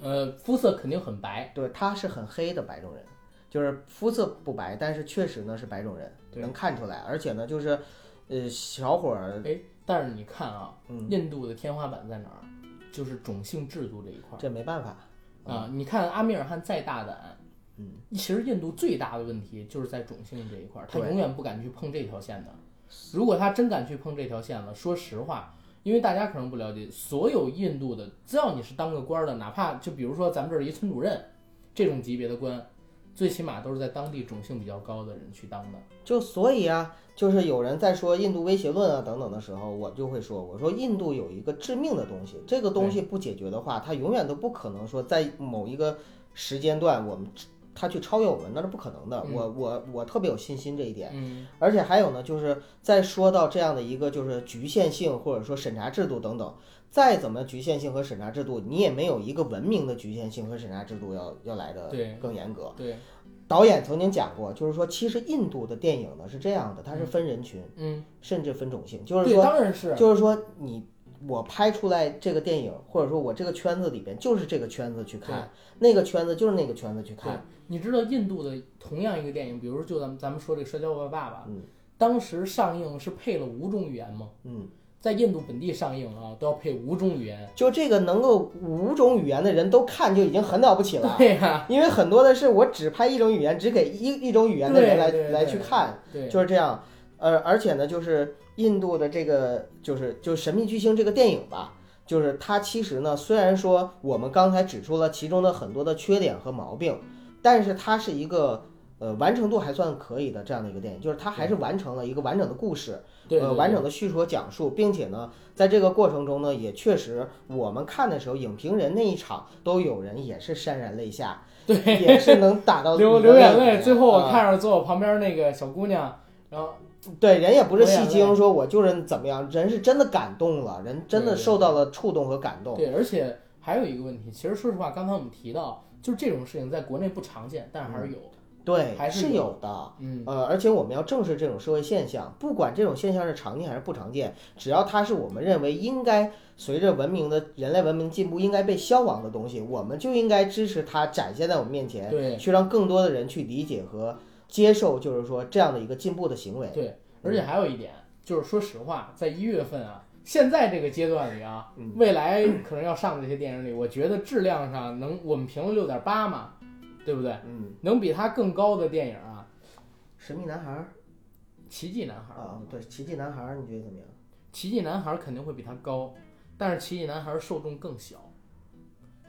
A: 呃，肤色肯定很白，
B: 对，他是很黑的白种人，就是肤色不白，但是确实呢是白种人，
A: 对
B: 能看出来，而且呢就是，呃，小伙儿，
A: 但是你看啊，
B: 嗯，
A: 印度的天花板在哪儿？就是种姓制度这一块儿
B: 这没办法，
A: 啊。你看阿米尔汗再大胆，
B: 嗯，
A: 其实印度最大的问题就是在种姓这一块儿，他
B: 对
A: 永远不敢去碰这条线的。如果他真敢去碰这条线了，说实话，因为大家可能不了解，所有印度的，只要你是当个官儿的，哪怕就比如说咱们这儿一村主任这种级别的官，最起码都是在当地种姓比较高的人去当的。
B: 就所以啊，就是有人在说印度威胁论啊等等的时候，我就会说，我说印度有一个致命的东西，这个东西不解决的话，它永远都不可能说在某一个时间段我们它去超越我们，那是不可能的。
A: 嗯
B: 我我我特别有信心这一点。
A: 嗯，
B: 而且还有呢，就是再说到这样的一个就是局限性或者说审查制度等等，再怎么局限性和审查制度，你也没有一个文明的局限性和审查制度要要来的
A: 对
B: 更严格。
A: 对，
B: 导演曾经讲过，就是说，其实印度的电影呢是这样的，它是分人群，
A: 嗯，
B: 甚至分种姓，就是
A: 对，
B: 说，
A: 当然是，
B: 就是说你我拍出来这个电影，或者说我这个圈子里边就是这个圈子去看，那个圈子就是那个圈子去看，
A: 你知道印度的同样一个电影，比如说就咱们咱们说这个《摔跤吧，爸爸》，
B: 嗯
A: 当时上映是配了五种语言吗？
B: 嗯，
A: 在印度本地上映啊，都要配五种语言。
B: 就这个能够五种语言的人都看就已经很了不起 了。
A: 对啊呀、
B: 因为很多的是我只拍一种语言，只给一一种语言的人来
A: 对对对
B: 来去看，
A: 对，
B: 就是这样。呃，而且呢，就是印度的这个就是就《神秘巨星》这个电影吧，就是它其实呢，虽然说我们刚才指出了其中的很多的缺点和毛病，但是它是一个呃完成度还算可以的这样的一个电影，就是它还是完成了一个完整的故事。
A: 对
B: 呃，完整的叙述和讲述，并且呢，在这个过程中呢，也确实我们看的时候，影评人那一场都有人也是潸然泪下，
A: 对
B: 也是能打 到
A: 流
B: 你的
A: 流眼
B: 点
A: 泪。最后我
B: 啊
A: 看着坐我旁边那个小姑娘，然后
B: 对人也不是
A: 流
B: 戏
A: 眼
B: 精，
A: 泪
B: 说我就是怎么样，人是真的感动了，人真的
A: 对对
B: 受到了触动和感动。
A: 对，而且还有一个问题，其实说实话，刚才我们提到，就是这种事情在国内不常见，但是还是有。
B: 对，
A: 还是
B: 是有的。
A: 嗯，
B: 呃，而且我们要正视这种社会现象，不管这种现象是常见还是不常见，只要它是我们认为应该随着文明的人类文明进步应该被消亡的东西，我们就应该支持它展现在我们面前，
A: 对
B: 去让更多的人去理解和接受，就是说这样的一个进步的行为。
A: 对，而且还有一点，就是说实话，在一月份啊，现在这个阶段里啊，
B: 嗯
A: 未来可能要上的这些电影里，我觉得质量上能，我们评了六点八嘛，对不对？
B: 嗯，
A: 能比它更高的电影啊，
B: 神秘男孩儿
A: 《奇迹男孩》
B: 啊，对，奇迹男孩儿，你觉得怎么样？
A: 奇迹男孩肯定会比他高，但是奇迹男孩受众更小。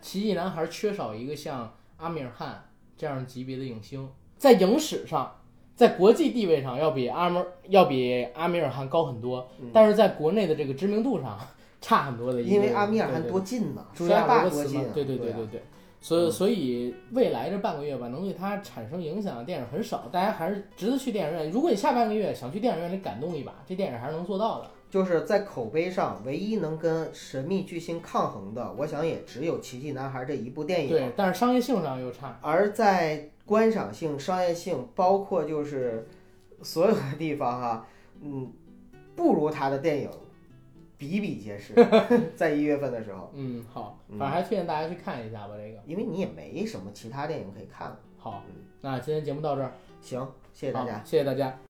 A: 奇迹男孩缺少一个像阿米尔汗这样级别的影星，在影史上，在国际地位上要比阿米尔要比阿米尔汗高很多，
B: 嗯
A: 但是在国内的这个知名度上 差很多的一个。
B: 因为阿米尔汗
A: 对对
B: 多近呐，
A: 朱
B: 帅
A: 亚
B: 爸
A: 罗
B: 多
A: 斯
B: 近
A: 嘛
B: 啊，
A: 对对
B: 对
A: 对
B: 啊
A: 对对，所以，所以未来这半个月吧，能对他产生影响的电影很少，大家还是值得去电影院。如果你下半个月想去电影院里感动一把，这电影还是能做到的。
B: 就是在口碑上唯一能跟《神秘巨星》抗衡的，我想也只有《奇迹男孩》这一部电影。
A: 对，但是商业性上又差。
B: 而在观赏性、商业性，包括就是所有的地方哈、嗯，不如他的电影比比皆 是。在一月份的时候，
A: 嗯，好，
B: 嗯
A: 反正还推荐大家去看一下吧。这个
B: 因为你也没什么其他电影可以看了。
A: 好，那今天节目到这儿，
B: 嗯行，谢谢大家
A: 好。谢谢大家。